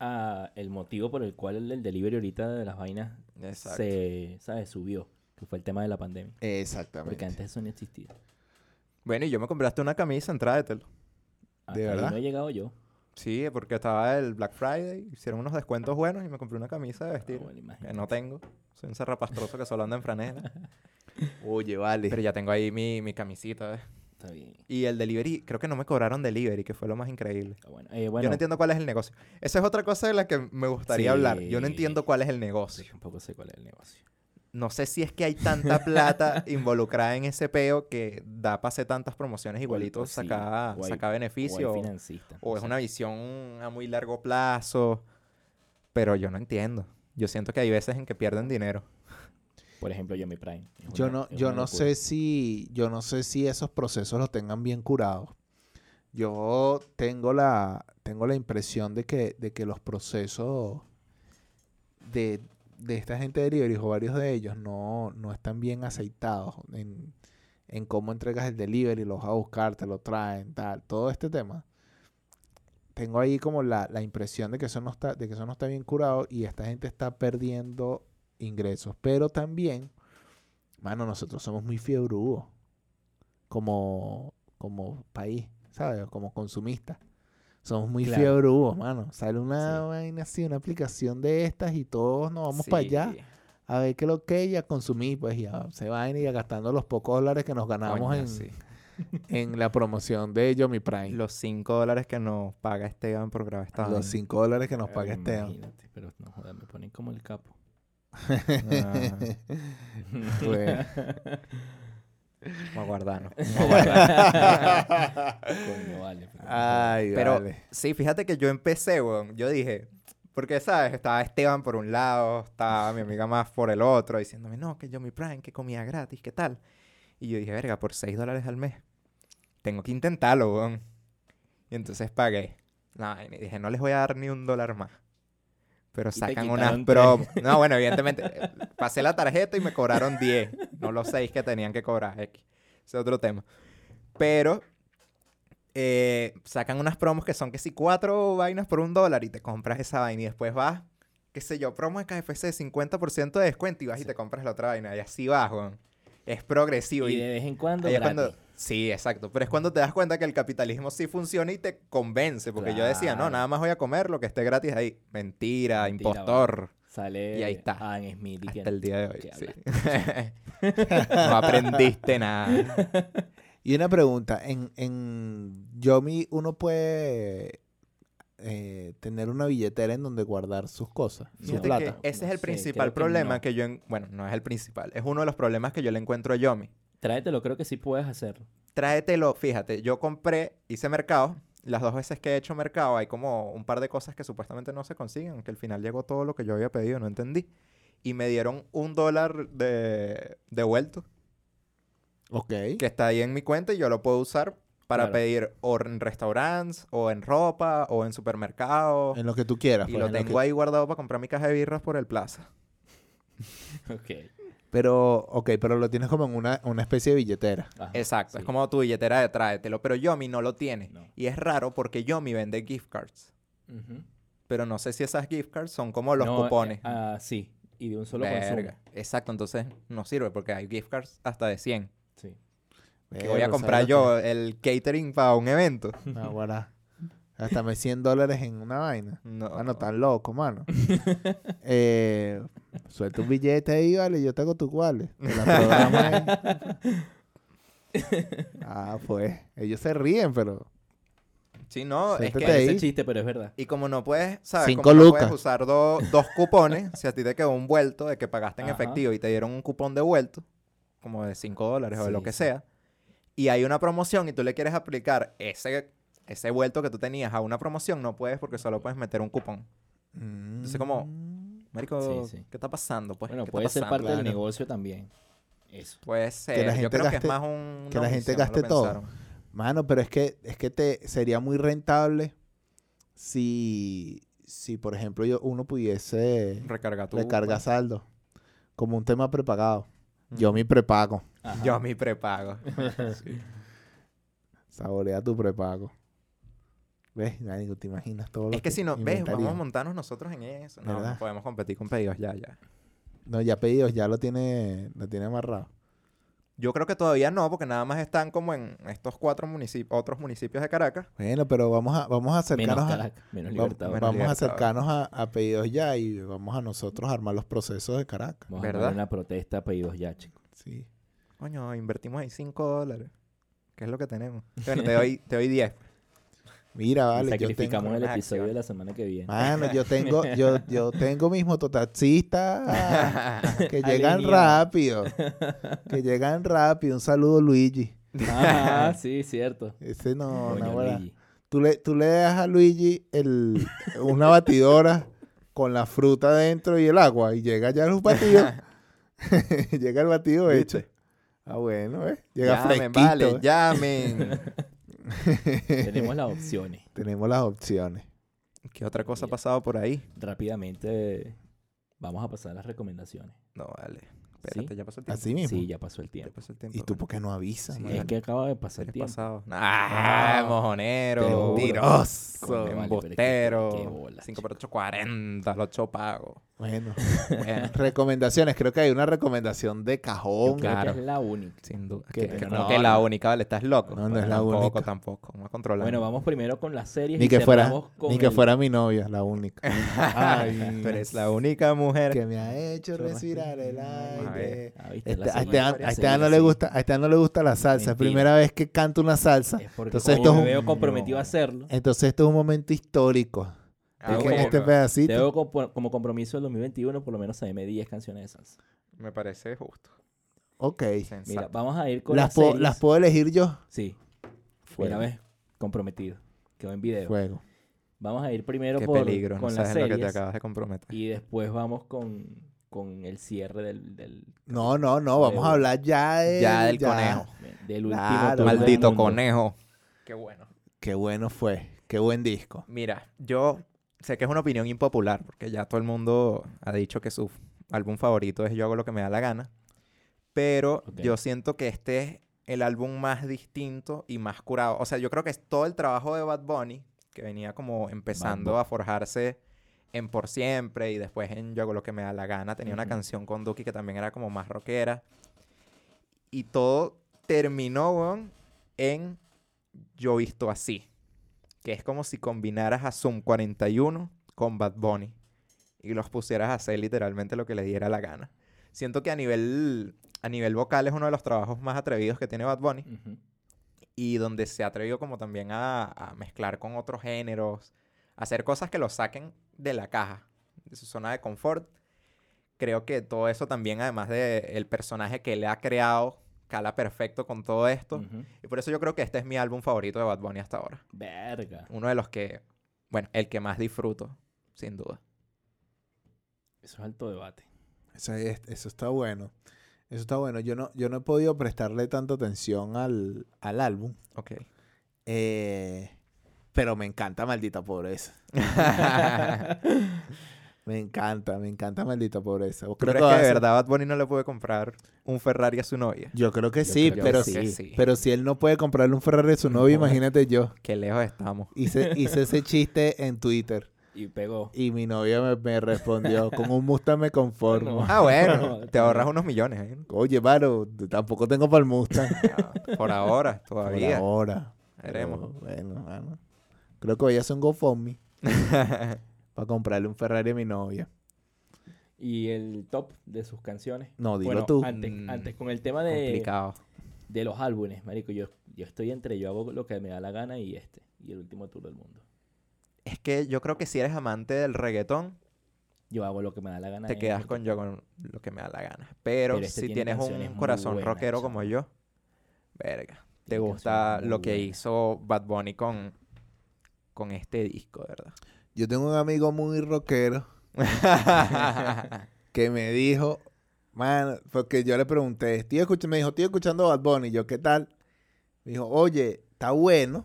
Speaker 2: a el motivo por el cual el, el delivery ahorita de las vainas
Speaker 1: Exacto.
Speaker 2: se ¿sabes? subió, que fue el tema de la pandemia. Porque
Speaker 3: Exactamente.
Speaker 2: antes eso no existía.
Speaker 1: Bueno, y yo me compraste una camisa, entrádetelo.
Speaker 2: Hasta
Speaker 3: ¿De
Speaker 2: ahí
Speaker 3: verdad?
Speaker 2: no he llegado yo.
Speaker 1: Sí, porque estaba el Black Friday, hicieron unos descuentos buenos y me compré una camisa de
Speaker 2: Ah,
Speaker 1: vestir.
Speaker 2: bueno, imagínate.
Speaker 1: Que no tengo. Soy un zarrapastroso que solo anda en franela.
Speaker 3: Oye, vale.
Speaker 1: pero ya tengo ahí mi, mi camisita. ¿ves?
Speaker 2: Está bien.
Speaker 1: Y el delivery, creo que no me cobraron delivery, que fue lo más increíble.
Speaker 2: Está bueno. Eh,
Speaker 1: Yo
Speaker 2: bueno,
Speaker 1: no entiendo cuál es el negocio. Esa es otra cosa de la que me gustaría hablar. Yo no
Speaker 2: Sí.
Speaker 1: entiendo cuál es el
Speaker 2: yo
Speaker 1: negocio.
Speaker 2: tampoco sé cuál es el negocio.
Speaker 1: No sé si es que hay tanta plata involucrada en ese peo que da para hacer tantas promociones igualitos,
Speaker 3: pues
Speaker 2: sí,
Speaker 1: saca,
Speaker 2: o hay-
Speaker 1: saca beneficio.
Speaker 2: O
Speaker 1: O,
Speaker 2: el financista.
Speaker 1: o es una visión a muy largo plazo. Pero yo no entiendo. Yo siento que hay veces en que pierden dinero.
Speaker 2: Por ejemplo, Yemi Prime. Es
Speaker 3: Yo
Speaker 2: una-
Speaker 3: no,
Speaker 2: es
Speaker 3: yo
Speaker 2: una
Speaker 3: no
Speaker 2: locura.
Speaker 3: sé si, yo no sé si esos procesos los tengan bien curados. Yo tengo la, tengo la impresión de que, de que los procesos de, de esta gente de delivery, o varios de ellos, no, no están bien aceitados en, en cómo entregas el delivery, los vas a buscar, te lo traen, tal, todo este tema. Tengo ahí como la, la impresión de que eso no está, de que eso no está bien curado y esta gente está perdiendo ingresos. Pero también Mano, nosotros somos muy fiebrudos como, como país, ¿sabes? Como consumistas. Somos muy
Speaker 2: Claro.
Speaker 3: fiebrudos, mano. Sale una
Speaker 2: Sí.
Speaker 3: vaina así, una aplicación de estas y todos nos vamos
Speaker 1: Sí.
Speaker 3: para allá a ver qué es lo que es y a consumir, pues ya se vaina y a gastando los pocos dólares que nos ganamos
Speaker 1: Coño,
Speaker 3: en,
Speaker 1: sí.
Speaker 3: en la promoción de Yomi Prime.
Speaker 1: Los 5 dólares que nos paga Esteban por grabar esta
Speaker 3: Los
Speaker 1: vaina.
Speaker 3: 5 dólares que nos
Speaker 2: Ah,
Speaker 3: paga este
Speaker 1: este
Speaker 3: Esteban.
Speaker 2: Imagínate, pero no jodas, me ponen como el capo.
Speaker 1: Ah, Pues,
Speaker 3: Bueno.
Speaker 1: vamos a guardarnos.
Speaker 2: Coño, vale. pero-
Speaker 3: Ay,
Speaker 1: Pero
Speaker 3: vale.
Speaker 1: sí, fíjate que yo empecé, weón. Yo dije, porque, ¿sabes? Estaba Esteban por un lado, estaba mi amiga más por el otro, diciéndome, no, que yo mi Prime, que comida gratis, ¿qué tal? Y yo dije, verga, por 6 dólares al mes. Tengo que intentarlo, weón. Y entonces pagué. No, y dije, no les voy a dar ni un dólar más. Pero
Speaker 2: te
Speaker 1: sacan unas
Speaker 2: quitaron tres.
Speaker 1: promos. No, bueno, evidentemente. eh, Pasé la tarjeta y me cobraron 10. No los 6 que tenían que cobrar. X. Ese es otro tema. Pero eh, sacan unas promos que son que si cuatro vainas por un dólar y te compras esa vaina y después vas, qué sé yo, promo de KFC 50% de descuento y vas y
Speaker 2: Sí.
Speaker 1: te compras la otra vaina y así vas, weón. Es progresivo.
Speaker 2: Y
Speaker 1: Y
Speaker 2: de vez en cuando.
Speaker 1: ahí es
Speaker 2: gratis.
Speaker 1: cuando, sí, exacto. Pero es cuando te das cuenta que el capitalismo sí funciona y te convence. Porque yo decía, no,
Speaker 2: Claro.
Speaker 1: nada más voy a comer lo que esté gratis ahí. Mentira,
Speaker 2: Mentira,
Speaker 1: impostor.
Speaker 2: Sale
Speaker 1: Y ahí está.
Speaker 2: Adam Smith y
Speaker 1: Hasta
Speaker 2: que-
Speaker 1: el día de hoy.
Speaker 2: ¿qué
Speaker 1: sí. no aprendiste nada.
Speaker 3: Y una pregunta, en, en Yomi uno puede eh, tener una billetera en donde guardar sus cosas,
Speaker 2: No.
Speaker 3: su
Speaker 1: Fíjate que
Speaker 3: plata.
Speaker 1: ese
Speaker 2: No
Speaker 1: es el
Speaker 2: sé,
Speaker 1: principal
Speaker 2: creo que
Speaker 1: problema
Speaker 2: no.
Speaker 1: que yo... en- Bueno, no es el principal. Es uno de los problemas que yo le encuentro a Yomi.
Speaker 2: Tráetelo, creo que sí puedes hacerlo.
Speaker 1: Tráetelo, fíjate, yo compré, hice mercado. Las dos veces que he hecho mercado hay como un par de cosas que supuestamente no se consiguen, que al final llegó todo lo que yo había pedido, no entendí. Y me dieron un dólar de devuelto,
Speaker 3: Ok.
Speaker 1: que está ahí en mi cuenta y yo lo puedo usar para
Speaker 2: Claro.
Speaker 1: pedir o en restaurantes, o en ropa, o en supermercados.
Speaker 3: En lo que tú quieras.
Speaker 1: Y
Speaker 3: pues,
Speaker 1: lo
Speaker 3: en que-
Speaker 1: tengo ahí guardado para comprar mi caja de birras por el plaza.
Speaker 2: Ok.
Speaker 3: Pero, ok, pero lo tienes como en una, una especie de billetera.
Speaker 2: Ajá,
Speaker 1: Exacto,
Speaker 2: sí.
Speaker 1: es como tu billetera de tráetelo, pero Yomi no lo tiene.
Speaker 2: No.
Speaker 1: Y es raro porque Yomi vende gift cards,
Speaker 2: Ujú.
Speaker 1: pero no sé si esas gift cards son como los
Speaker 2: No, eh,
Speaker 1: cupones.
Speaker 2: Ah, sí. Y de un solo
Speaker 1: Verga.
Speaker 2: consumo.
Speaker 1: Exacto, entonces no sirve porque hay gift cards hasta de 100.
Speaker 2: Sí.
Speaker 1: Que voy a
Speaker 3: Verga,
Speaker 1: comprar
Speaker 3: ¿sabes
Speaker 1: yo el catering para un evento.
Speaker 3: lo que- Ah, guará. Hasta me 100 dólares en una vaina.
Speaker 1: No,
Speaker 2: Ah,
Speaker 3: Mano, tan loco, mano. Eh, suelta un billete ahí, vale, yo te hago tus cuales. Te la programo ahí. Ah, pues. Ellos se ríen, pero.
Speaker 1: Sí, no, es
Speaker 3: Siéntate
Speaker 1: que...
Speaker 3: ahí.
Speaker 2: Parece chiste, pero es verdad.
Speaker 1: Y como no puedes, ¿sabes?
Speaker 3: Cinco
Speaker 1: como no puedes
Speaker 3: lucas.
Speaker 1: usar do- dos cupones, si a ti te quedó un vuelto de que pagaste en
Speaker 2: Ajá.
Speaker 1: efectivo y te dieron un cupón de vuelto, como de 5 dólares o de lo
Speaker 2: Sí,
Speaker 1: que
Speaker 2: sí.
Speaker 1: sea, y hay una promoción y tú le quieres aplicar ese, ese vuelto que tú tenías a una promoción, no puedes porque solo puedes meter un cupón. Entonces, como-
Speaker 3: Mm.
Speaker 1: Marico,
Speaker 2: Sí, sí.
Speaker 1: ¿qué está pasando? Pues?
Speaker 2: Bueno,
Speaker 1: ¿Qué está
Speaker 2: puede ser
Speaker 1: pasando?
Speaker 2: parte del
Speaker 3: Claro.
Speaker 2: negocio también. Eso.
Speaker 1: Puede ser.
Speaker 3: la
Speaker 1: Yo
Speaker 3: gente
Speaker 1: creo que es
Speaker 3: gaste-
Speaker 1: más un...
Speaker 3: que
Speaker 1: una
Speaker 3: la
Speaker 1: omisión, no
Speaker 3: gente
Speaker 1: lo
Speaker 3: gaste todo.
Speaker 1: pensaron.
Speaker 3: Mano, pero es que, es que te sería muy rentable si, si por ejemplo, yo, uno pudiese
Speaker 1: Recarga tú.
Speaker 3: recargar saldo como un tema prepagado.
Speaker 1: pues.
Speaker 3: Yo mi prepago.
Speaker 2: Ajá.
Speaker 1: Yo mi prepago.
Speaker 3: Saborea tu prepago. ¿Ves? Marico, te imaginas todo lo
Speaker 1: es que si no... ¿Ves?
Speaker 3: inventaría.
Speaker 1: Vamos a montarnos nosotros en eso. No,
Speaker 3: ¿Verdad?
Speaker 1: no podemos competir con pedidos ya, ya.
Speaker 3: No, ya pedidos, ya lo tiene, lo tiene amarrado.
Speaker 1: Yo creo que todavía no, porque nada más están como en estos cuatro municipios, otros municipios de Caracas.
Speaker 3: Bueno, pero vamos a, vamos a
Speaker 2: menos
Speaker 3: acercarnos a,
Speaker 2: Caracas, menos
Speaker 3: va-
Speaker 2: libertad.
Speaker 1: menos-
Speaker 3: vamos a
Speaker 1: Libertador.
Speaker 3: acercarnos a, a pedidos ya y vamos a nosotros a armar los procesos de Caracas.
Speaker 2: Vamos a
Speaker 1: ¿verdad?
Speaker 2: hacer una protesta a pedidos ya, chicos.
Speaker 3: Sí.
Speaker 1: Coño, invertimos ahí cinco dólares. ¿Qué es lo que tenemos? Bueno, te doy, te doy 10.
Speaker 3: Mira,
Speaker 2: Y
Speaker 3: vale, yo tengo,
Speaker 2: Sacrificamos el
Speaker 1: unas
Speaker 2: episodio
Speaker 1: acciones.
Speaker 2: de la semana que viene.
Speaker 3: Mano, yo tengo, yo, yo tengo mis mototaxistas que llegan
Speaker 2: Alineados.
Speaker 3: rápido. Que llegan rápido. Un saludo, Luigi.
Speaker 2: Ah, sí, cierto.
Speaker 3: Ese no,
Speaker 2: Coño,
Speaker 3: no, bueno.
Speaker 2: Luigi.
Speaker 3: Tú le, tú le das a Luigi el, una batidora con la fruta dentro y el agua. Y llega ya el batido. llega el batido hecho. Ah, bueno, ¿eh? Llega
Speaker 1: Llamen,
Speaker 3: fresquito.
Speaker 1: vale,
Speaker 3: ¿eh?
Speaker 1: llamen.
Speaker 2: Tenemos las opciones.
Speaker 3: Tenemos las opciones.
Speaker 1: ¿Qué otra cosa ha pasado por ahí?
Speaker 2: Rápidamente vamos a pasar a las recomendaciones.
Speaker 1: No, vale. Espérate,
Speaker 2: ¿Sí? ¿Ah,
Speaker 1: ya pasó el tiempo.
Speaker 3: Así mismo.
Speaker 2: Sí, ya pasó el
Speaker 1: Ya
Speaker 2: tiempo.
Speaker 1: pasó el tiempo.
Speaker 3: ¿Y tú por qué no avisas?
Speaker 1: Sí,
Speaker 3: mano?
Speaker 2: Es que acaba de pasar el
Speaker 1: ¿Qué
Speaker 2: tiempo.
Speaker 1: pasado? ¡Ah!
Speaker 2: te
Speaker 1: mojonero,
Speaker 2: juro.
Speaker 1: mentiroso,
Speaker 2: Coño, vale, pero es que-
Speaker 1: embustero.
Speaker 2: qué bola,
Speaker 1: 5 por 8, 40, lo ocho pago.
Speaker 3: Bueno,
Speaker 1: Bueno,
Speaker 3: recomendaciones. Creo que hay una recomendación de
Speaker 2: Yo
Speaker 3: cajón.
Speaker 2: creo
Speaker 1: claro.
Speaker 2: que es la única.
Speaker 1: sin duda.
Speaker 3: Qué
Speaker 1: Que, que
Speaker 3: pena.
Speaker 1: como
Speaker 2: No,
Speaker 1: que la
Speaker 2: no.
Speaker 1: única, vale, estás loco.
Speaker 3: No, no es la
Speaker 1: Tampoco,
Speaker 3: única.
Speaker 1: tampoco. Vamos a controlar.
Speaker 2: Bueno, vamos primero con las series.
Speaker 3: Ni
Speaker 2: y
Speaker 3: que fuera,
Speaker 2: cerramos con
Speaker 3: ni que
Speaker 2: el-
Speaker 3: fuera mi novia, la única. Ay,
Speaker 1: Tú eres la única mujer.
Speaker 3: que me ha hecho respirar el
Speaker 1: A ver.
Speaker 3: aire.
Speaker 2: Ah, ¿viste?
Speaker 3: Este-
Speaker 2: La
Speaker 3: a
Speaker 2: serie.
Speaker 3: Esteban, a
Speaker 2: La
Speaker 3: Esteban
Speaker 2: serie,
Speaker 3: no le
Speaker 2: sí.
Speaker 3: gusta, a Esteban no le gusta la salsa. Es
Speaker 2: Mentira.
Speaker 3: primera vez que canta una salsa.
Speaker 2: Es porque Entonces,
Speaker 3: Entonces, esto es
Speaker 2: me
Speaker 3: un-
Speaker 2: veo comprometido
Speaker 1: No.
Speaker 2: a hacerlo.
Speaker 3: Entonces esto es un momento histórico.
Speaker 1: Ah,
Speaker 2: Tengo
Speaker 3: Dejen
Speaker 1: bueno.
Speaker 2: como-
Speaker 3: este pedacito.
Speaker 2: Tengo compo- como compromiso del 2021 por lo menos me 10 canciones de salsa.
Speaker 1: Me parece justo.
Speaker 3: Ok.
Speaker 1: sensato.
Speaker 2: Mira, vamos a ir con
Speaker 3: Las
Speaker 2: las,
Speaker 3: puedo,
Speaker 2: series.
Speaker 3: las puedo elegir yo.
Speaker 2: Sí,
Speaker 3: Fuego.
Speaker 2: mira, ves, comprometido. Quedó en video.
Speaker 3: Fuego.
Speaker 2: Vamos a ir primero
Speaker 1: Qué
Speaker 2: por,
Speaker 1: peligro.
Speaker 2: con
Speaker 1: no
Speaker 2: las
Speaker 1: sabes en lo que te
Speaker 2: series
Speaker 1: acabas de comprometer.
Speaker 2: y después vamos con, con el cierre del, del,
Speaker 3: No, no, no. Vamos a hablar ya de-
Speaker 1: Ya del conejo.
Speaker 2: del último
Speaker 3: Claro,
Speaker 2: tour del
Speaker 1: Maldito
Speaker 2: mundo.
Speaker 1: conejo. Qué bueno.
Speaker 3: Qué bueno fue. Qué buen disco.
Speaker 1: Mira, yo sé que es una opinión impopular, porque ya todo el mundo ha dicho que su álbum favorito es Yo hago lo que me da la gana. Pero
Speaker 2: Ok.
Speaker 1: yo siento que este es el álbum más distinto y más curado. O sea, yo creo que es todo el trabajo de Bad Bunny, que venía como empezando
Speaker 2: Bunny.
Speaker 1: a forjarse en Por Siempre y después en Yo hago lo que me da la gana. Tenía una
Speaker 2: Ujú.
Speaker 1: canción con Duki que también era como más rockera. Y todo terminó, weón, en Yo Visto Así. Que es como si combinaras a Zoom 41 con Bad Bunny. Y los pusieras a hacer literalmente lo que les diera la gana. Siento que a nivel, a nivel vocal es uno de los trabajos más atrevidos que tiene Bad Bunny.
Speaker 2: Ujú.
Speaker 1: Y donde se ha atrevido como también a, a mezclar con otros géneros. a Hacer cosas que lo saquen de la caja. De su zona de confort. Creo que todo eso también, además del el personaje que le ha creado, cala perfecto con todo esto.
Speaker 2: Ujú.
Speaker 1: Y por eso yo creo que este es mi álbum favorito de Bad Bunny hasta ahora.
Speaker 2: Verga.
Speaker 1: Uno de los que, bueno, el que más disfruto, sin duda.
Speaker 2: Eso es alto debate.
Speaker 3: Eso, es- eso está bueno. Eso está bueno. Yo no, yo no he podido prestarle tanta atención al, al álbum.
Speaker 1: Ok.
Speaker 3: Eh, pero me encanta Maldita Pobreza. Me encanta, me encanta Maldita Pobreza.
Speaker 1: Creo que
Speaker 3: va a
Speaker 1: de
Speaker 3: ser-
Speaker 1: verdad Bad Bunny no le puede comprar un Ferrari a su novia.
Speaker 3: Yo creo que
Speaker 2: Yo
Speaker 3: sí,
Speaker 2: creo que
Speaker 3: pero sí.
Speaker 1: sí.
Speaker 3: Pero si él no puede comprarle un Ferrari a su novio,
Speaker 1: No.
Speaker 3: imagínate yo.
Speaker 1: Qué lejos estamos.
Speaker 3: Hice, hice ese chiste en Twitter
Speaker 2: Y pegó.
Speaker 3: y mi novia me, me respondió, con un Mustang me conformo.
Speaker 1: Ah, bueno, te ahorras unos millones, ¿eh?
Speaker 3: Oye, Varo, tampoco tengo para el Mustang.
Speaker 1: Ah, Por ahora,
Speaker 3: Por
Speaker 1: todavía.
Speaker 3: ahora.
Speaker 1: Veremos.
Speaker 3: Pero, bueno, mano. Creo que voy a hacer un GoFundMe para comprarle un Ferrari a mi novia.
Speaker 2: Y el top de sus canciones.
Speaker 3: No, dilo
Speaker 2: bueno,
Speaker 3: tú.
Speaker 2: Antes,
Speaker 1: Mm.
Speaker 2: antes, con el tema de,
Speaker 1: Complicado.
Speaker 2: de los álbumes, marico, yo, yo estoy entre yo hago lo que me da la gana y este. y el último tour del mundo.
Speaker 1: Es que yo creo que si eres amante del reggaetón,
Speaker 2: Yo hago lo que me da la gana.
Speaker 1: te
Speaker 2: en
Speaker 1: quedas
Speaker 2: Puerto-
Speaker 1: con yo con lo que me da la gana. Pero,
Speaker 2: Pero este
Speaker 1: si
Speaker 2: tiene
Speaker 1: tienes
Speaker 2: canciones
Speaker 1: un
Speaker 2: muy
Speaker 1: corazón
Speaker 2: buenas,
Speaker 1: rockero
Speaker 2: o sea,
Speaker 1: como yo, verga. Te
Speaker 2: tiene
Speaker 1: gusta
Speaker 2: canciones muy
Speaker 1: lo que
Speaker 2: buenas.
Speaker 1: hizo Bad Bunny con, con este disco,
Speaker 3: Yo tengo un amigo muy rockero
Speaker 1: ¿verdad?
Speaker 3: que me dijo, man, porque yo le pregunté, estoy escuchando, me dijo, estoy escuchando Bad Bunny, yo, ¿qué tal? Me dijo, oye, está bueno.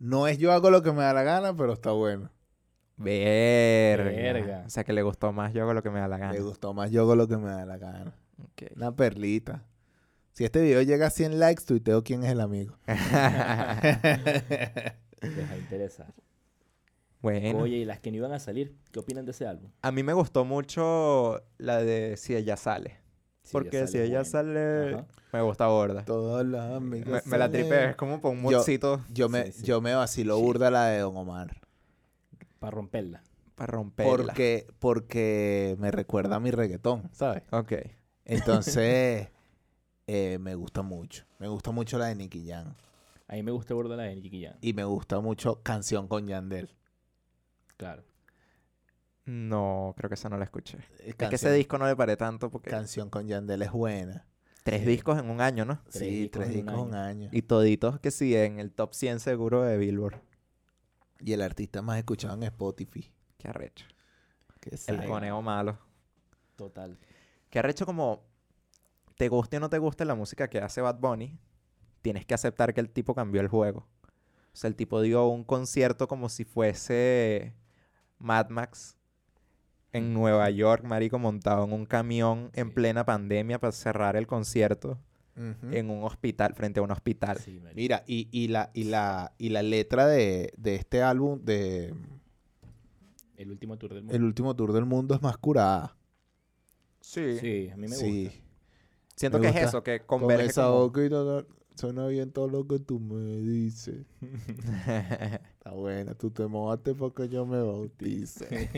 Speaker 3: No es yo hago lo que me da la gana, pero está bueno.
Speaker 1: Verga.
Speaker 2: Verga.
Speaker 1: O sea que le gustó más yo hago lo que me da la
Speaker 3: Me
Speaker 1: gana.
Speaker 3: gustó más yo hago lo que me da la gana.
Speaker 1: Ok.
Speaker 3: Una perlita. Si este video llega a 100 likes, tuiteo quién es el amigo.
Speaker 2: Deja interesar.
Speaker 1: bueno,
Speaker 2: Oye, y las que no iban a salir, ¿qué opinan de ese álbum?
Speaker 1: a mí me gustó mucho la de Si ella sale.
Speaker 2: Si
Speaker 1: porque si
Speaker 2: es
Speaker 1: ella
Speaker 2: bueno.
Speaker 1: sale,
Speaker 2: Ajá.
Speaker 1: me gusta gorda.
Speaker 3: Todos los amigos.
Speaker 1: Me, me la
Speaker 3: son
Speaker 1: tripé, es como por un
Speaker 3: Yo-
Speaker 1: mochito
Speaker 3: Yo me,
Speaker 2: Sí, sí.
Speaker 3: yo me vacilo
Speaker 1: Sí.
Speaker 3: burda la de Don Omar.
Speaker 2: Para romperla.
Speaker 1: para romperla.
Speaker 3: Porque, porque me recuerda a mi reggaetón, ¿sabes?
Speaker 1: Ok.
Speaker 3: Entonces, eh, me gusta mucho. Me gusta mucho la de Nicky Jam.
Speaker 2: A mí me gusta gorda la de Nicky Jam.
Speaker 3: Y me gusta mucho Canción con Yandel.
Speaker 2: Claro.
Speaker 1: No, creo que esa no la escuché.
Speaker 3: Eh,
Speaker 1: Es
Speaker 3: Canción,
Speaker 1: que ese disco no le paré tanto porque
Speaker 3: Canción con Yandel es buena.
Speaker 1: tres
Speaker 2: Sí.
Speaker 1: discos en un año, ¿no?
Speaker 2: Tres
Speaker 3: sí,
Speaker 2: discos
Speaker 3: tres
Speaker 2: en un
Speaker 3: discos un año.
Speaker 1: Y toditos que sí, en el top 100 seguro de Billboard.
Speaker 3: Y el artista más escuchado en Spotify.
Speaker 1: Qué arrecho.
Speaker 3: Qué
Speaker 1: El
Speaker 3: sádico.
Speaker 1: coneo malo.
Speaker 2: Total.
Speaker 1: que arrecho como te guste o no te guste la música que hace Bad Bunny, tienes que aceptar que el tipo cambió el juego. O sea, el tipo dio un concierto como si fuese Mad Max en Nueva York, marico, montado en un camión en
Speaker 2: Sí.
Speaker 1: plena pandemia para cerrar el concierto
Speaker 3: Ujú.
Speaker 1: en un hospital, frente a un hospital.
Speaker 2: Sí, marico.
Speaker 3: Mira, y, y la, y, la, y la letra de, de este álbum, de
Speaker 2: El último tour del mundo.
Speaker 3: El último tour del mundo, es más curada.
Speaker 1: Sí.
Speaker 2: Sí, a mí me gusta.
Speaker 1: Siento
Speaker 3: Me
Speaker 1: que es
Speaker 3: gusta.
Speaker 1: eso, que
Speaker 3: Con
Speaker 1: converge
Speaker 3: esa
Speaker 1: como-
Speaker 3: boca y todo, suena bien todo lo que tú me dices. Está buena, tú te mojaste porque yo me bautice.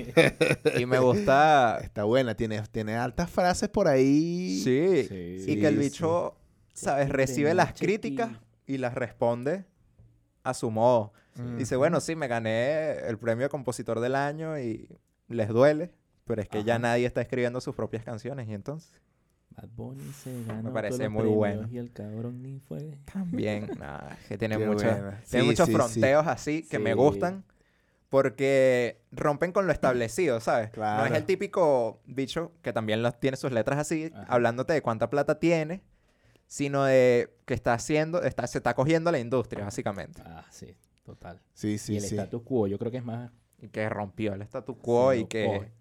Speaker 1: y me gusta...
Speaker 3: Está buena, tiene, tiene altas frases por ahí.
Speaker 1: Sí.
Speaker 2: Sí.
Speaker 1: Y que el
Speaker 3: Sí, sí.
Speaker 1: bicho, ¿sabes?
Speaker 2: Este
Speaker 1: Recibe las
Speaker 2: noche
Speaker 1: críticas y las responde a su modo.
Speaker 3: Mm.
Speaker 1: Dice, bueno, sí, me gané el premio de compositor del año y les duele, pero es que ya
Speaker 2: Ajá.
Speaker 1: nadie está escribiendo sus propias canciones y entonces
Speaker 2: Bad Bunny se ganó todos
Speaker 1: parece
Speaker 2: los
Speaker 1: muy
Speaker 2: premios
Speaker 1: bueno.
Speaker 2: Y el cabrón ni fue.
Speaker 1: también, nada, es que tiene,
Speaker 3: Qué
Speaker 1: mucha-
Speaker 3: buena.
Speaker 1: tiene
Speaker 3: Sí,
Speaker 1: muchos
Speaker 3: sí, sí.
Speaker 1: fronteos así que me
Speaker 2: Sí.
Speaker 1: gustan porque rompen con lo establecido, ¿sabes? No es
Speaker 3: Claro.
Speaker 1: el típico bicho que también los- tiene sus letras así,
Speaker 2: Ajá.
Speaker 1: hablándote de cuánta plata tiene, sino de que está haciendo, está, se está cogiendo la industria, básicamente.
Speaker 2: Ah, sí, total.
Speaker 3: Sí,
Speaker 2: y
Speaker 3: sí,
Speaker 2: el
Speaker 3: sí.
Speaker 2: status quo, yo creo que es más.
Speaker 1: Y que rompió el statu quo
Speaker 2: Sí,
Speaker 1: y
Speaker 2: lo
Speaker 1: que,
Speaker 2: coge.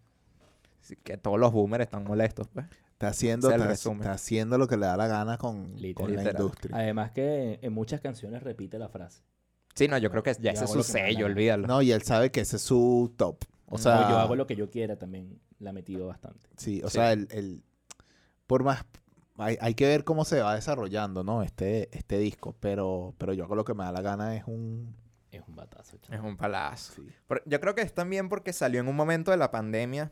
Speaker 1: sí, que todos los boomers están molestos, pues.
Speaker 3: Está haciendo,
Speaker 1: Ese es el
Speaker 3: está,
Speaker 1: resumen.
Speaker 3: está haciendo lo que le da la gana con,
Speaker 2: Literal.
Speaker 3: con la
Speaker 1: Literal.
Speaker 3: industria.
Speaker 2: Además que en muchas canciones repite la frase.
Speaker 1: Sí, no, yo creo que ya
Speaker 2: Yo
Speaker 1: ese es
Speaker 2: hago
Speaker 1: su
Speaker 2: lo que me da la
Speaker 1: sello,
Speaker 2: gana.
Speaker 1: olvídalo.
Speaker 3: No, y él sabe que ese es su top. O
Speaker 1: No,
Speaker 3: sea,
Speaker 2: O yo hago lo que yo quiera también la ha metido bastante.
Speaker 3: Sí, o
Speaker 1: Sí.
Speaker 3: sea, el, el- por más hay, hay que ver cómo se va desarrollando, ¿no? Este, este disco, pero, pero yo hago lo que me da la gana es un
Speaker 2: Es un batazo, chamo.
Speaker 1: Es un palazo. Pero yo creo que es también porque salió en un momento de la pandemia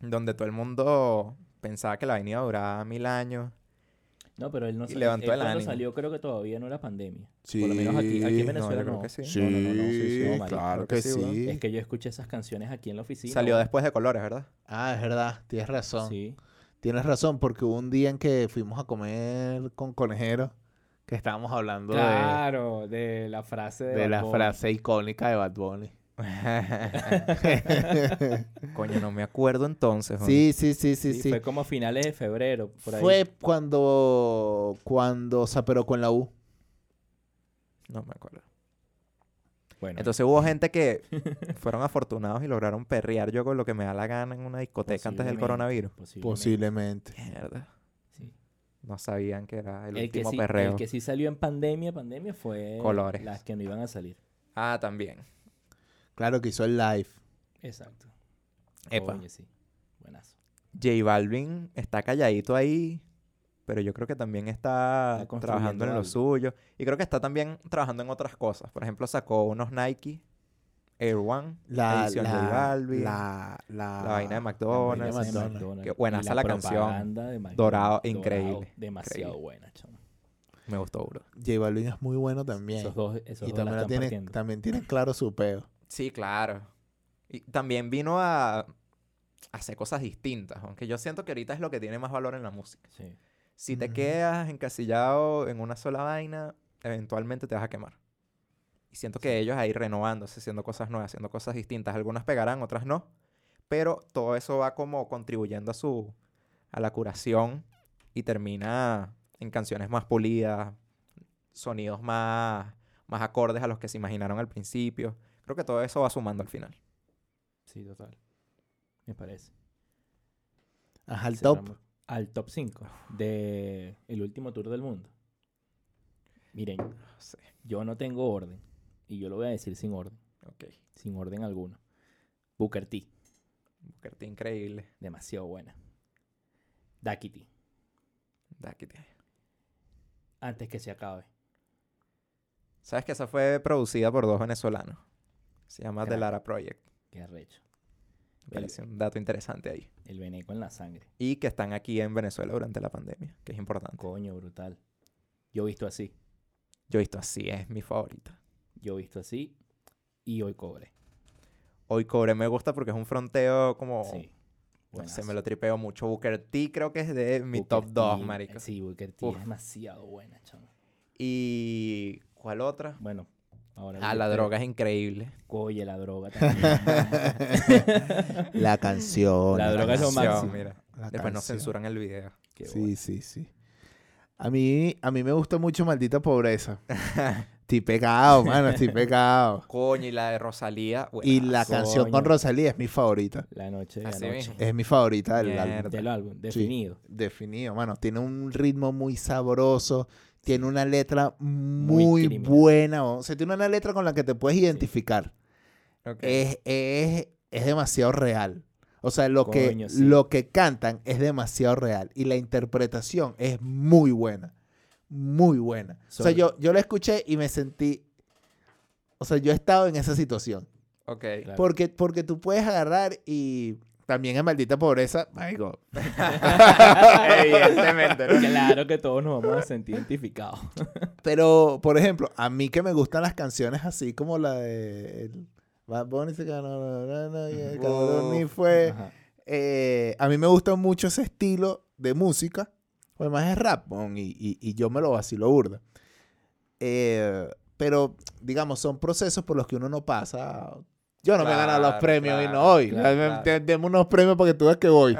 Speaker 1: donde todo el mundo pensaba que la vaina iba a durar mil años.
Speaker 2: No, pero él no
Speaker 1: Y
Speaker 2: sa-
Speaker 1: levantó
Speaker 2: él
Speaker 1: el
Speaker 2: cuando
Speaker 1: ánimo.
Speaker 2: salió creo que todavía no era pandemia. Por lo menos aquí, aquí en Venezuela
Speaker 1: creo
Speaker 2: no.
Speaker 1: que sí.
Speaker 3: Sí,
Speaker 2: No, no, no, no, sí, sí, no, marico,
Speaker 1: creo
Speaker 3: claro
Speaker 1: que
Speaker 3: que
Speaker 1: sí, weón.
Speaker 3: sí.
Speaker 2: Es que yo escuché esas canciones aquí en la oficina.
Speaker 1: Salió
Speaker 2: weón.
Speaker 1: después de Colores, ¿verdad?
Speaker 3: Ah, es verdad, tienes razón.
Speaker 2: Sí.
Speaker 3: Tienes razón, porque hubo un día en que fuimos a comer con Conejero, que estábamos hablando de-
Speaker 2: Claro, de la frase
Speaker 3: de,
Speaker 2: Ah, de, Bad
Speaker 3: la
Speaker 2: Bunny.
Speaker 3: frase icónica de Bad Bunny.
Speaker 1: Coño, no me acuerdo entonces. weón.
Speaker 3: sí, sí, sí, sí,
Speaker 2: Sí,
Speaker 3: sí.
Speaker 2: Fue como a finales de febrero, por ahí.
Speaker 3: Fue cuando, cuando se aperó con la U.
Speaker 1: No me acuerdo.
Speaker 2: Bueno,
Speaker 1: Entonces hubo gente que fueron afortunados y lograron perrear yo con lo que me da la gana en una discoteca antes del
Speaker 2: Posiblemente.
Speaker 1: coronavirus.
Speaker 2: posiblemente,
Speaker 3: Posiblemente.
Speaker 1: Mierda.
Speaker 2: sí.
Speaker 1: No sabían que era el,
Speaker 2: El, que
Speaker 1: último
Speaker 2: sí,
Speaker 1: perreo.
Speaker 2: el que sí salió en pandemia, pandemia fue
Speaker 1: Colores.
Speaker 2: las que no iban a salir.
Speaker 1: Ah, también.
Speaker 3: Claro que hizo el live.
Speaker 2: Exacto.
Speaker 1: Epa.
Speaker 2: Coño, sí. Buenazo.
Speaker 1: J Balvin está calladito ahí, pero yo creo que también está,
Speaker 2: Está construyendo
Speaker 1: trabajando en lo
Speaker 2: algo.
Speaker 1: suyo. Y creo que está también trabajando en otras cosas. Por ejemplo, sacó unos Nike Air One,
Speaker 3: La,
Speaker 1: edición
Speaker 3: la,
Speaker 1: J Balvin,
Speaker 3: la,
Speaker 1: la
Speaker 3: la,
Speaker 1: vaina de
Speaker 2: Las
Speaker 1: McDonald's.
Speaker 2: vainas de
Speaker 3: vaina McDonald's.
Speaker 2: McDonald's.
Speaker 1: Qué buenaza
Speaker 2: Y
Speaker 1: la canción.
Speaker 2: propaganda de McDonald's.
Speaker 1: Dorado, increíble,
Speaker 2: Demasiado
Speaker 1: increíble.
Speaker 2: buena, chamo.
Speaker 1: Me gustó, bro.
Speaker 3: J Balvin es muy bueno también.
Speaker 2: Esos dos, esos
Speaker 3: Y
Speaker 2: dos la
Speaker 3: también, la
Speaker 2: están
Speaker 3: tiene,
Speaker 2: partiendo.
Speaker 3: también tiene claro su peo.
Speaker 1: Sí, claro. Y también vino a, a hacer cosas distintas, aunque yo siento que ahorita es lo que tiene más valor en la música.
Speaker 2: Sí.
Speaker 1: Si te
Speaker 3: Ujú.
Speaker 1: quedas encasillado en una sola vaina, eventualmente te vas a quemar. Y siento que ellos ahí renovándose, haciendo cosas nuevas, haciendo cosas distintas. Algunas pegarán, otras no. Pero todo eso va como contribuyendo a su... a la curación y termina en canciones más pulidas, sonidos más... más acordes a los que se imaginaron al principio. Creo que todo eso va sumando al final.
Speaker 2: Sí, total. Me parece.
Speaker 3: Ajá, al top.
Speaker 2: Cerramos Al top 5 de el último tour del mundo. Miren,
Speaker 1: No sé.
Speaker 2: yo no tengo orden. Y yo lo voy a decir sin orden.
Speaker 1: Ok.
Speaker 2: Sin orden alguno. Booker T.
Speaker 1: Booker T increíble.
Speaker 2: Demasiado buena. Ducky T.
Speaker 1: Da, aquí tiene.
Speaker 2: Antes que se acabe.
Speaker 1: ¿Sabes que esa fue producida por dos venezolanos? Se llama The
Speaker 2: Crack.
Speaker 1: Lara Project.
Speaker 2: Qué arrecho.
Speaker 1: Me
Speaker 2: El-
Speaker 1: parece un dato interesante ahí.
Speaker 2: El veneco en la sangre.
Speaker 1: Y que están aquí en Venezuela durante la pandemia, que es importante.
Speaker 2: Coño, brutal. Yo he visto así.
Speaker 1: Yo he visto así, es mi favorita.
Speaker 2: Yo he visto así. Y hoy cobre.
Speaker 1: Hoy Cobre me gusta porque es un fronteo como...
Speaker 2: Sí.
Speaker 1: Oh. se
Speaker 2: Buenazo.
Speaker 1: me lo tripeo mucho. Booker T creo que es de mi
Speaker 2: Booker
Speaker 1: top 2,
Speaker 2: T,
Speaker 1: marico.
Speaker 2: Sí, Booker T
Speaker 1: Uf.
Speaker 2: es demasiado buena, chamo.
Speaker 1: Y... ¿Cuál otra?
Speaker 2: Bueno, ahora.
Speaker 1: Ah, la
Speaker 2: Booker-
Speaker 1: droga es increíble.
Speaker 2: Oye, la droga también.
Speaker 3: La canción.
Speaker 2: La droga es lo
Speaker 1: Canción,
Speaker 2: máximo.
Speaker 1: Mira.
Speaker 3: La
Speaker 1: Después nos
Speaker 3: canción.
Speaker 1: censuran el video.
Speaker 2: Qué
Speaker 3: Sí,
Speaker 2: bola.
Speaker 3: sí, sí. A mí, a mí me gusta mucho Maldita Pobreza. estoy pegado, mano, estoy pegado.
Speaker 1: Coño, y la de Rosalía.
Speaker 3: Y la
Speaker 1: buenazo.
Speaker 3: canción con
Speaker 2: coño.
Speaker 3: Rosalía es mi favorita.
Speaker 2: La noche de
Speaker 1: Así
Speaker 2: anoche.
Speaker 3: Es mi favorita del
Speaker 1: Mierda.
Speaker 3: álbum.
Speaker 2: Del álbum, definido.
Speaker 3: Definido, mano. Tiene un ritmo muy sabroso. Tiene una letra
Speaker 2: Muy
Speaker 3: muy,
Speaker 2: criminal.
Speaker 3: buena. O sea, tiene una letra con la que te puedes identificar.
Speaker 1: Ok.
Speaker 2: E.
Speaker 3: es, es, es demasiado real. O sea, lo, que,
Speaker 2: Coño, sí.
Speaker 3: lo que cantan es demasiado real. Y la interpretación es muy buena. Muy buena. O sea,
Speaker 2: Sobre-
Speaker 3: yo, yo la escuché y me sentí. O sea, yo he estado en esa situación.
Speaker 1: Ok.
Speaker 2: Claro.
Speaker 3: Porque, porque tú puedes agarrar y. También en maldita pobreza. Marico.
Speaker 1: Evidentemente, ¿no?
Speaker 2: Claro que todos nos vamos a sentir identificados.
Speaker 3: Pero, por ejemplo, a mí que me gustan las canciones así como la de. el Bad Bunny se ganó. la- la- la- y el cabrón ni
Speaker 1: Uf.
Speaker 3: fue.
Speaker 2: Ajá.
Speaker 3: Eh, a mí me gusta mucho ese estilo de música. pues más es rap, mon, y, y- y yo me lo vacilo burda. Eh, pero, digamos, son procesos por los que uno no pasa. Yo no me he ganado los
Speaker 1: Claro,
Speaker 3: premios y no
Speaker 1: claro,
Speaker 3: hoy.
Speaker 1: claro,
Speaker 3: Dame-
Speaker 1: claro.
Speaker 3: te- dame unos premios para que tú veas que voy.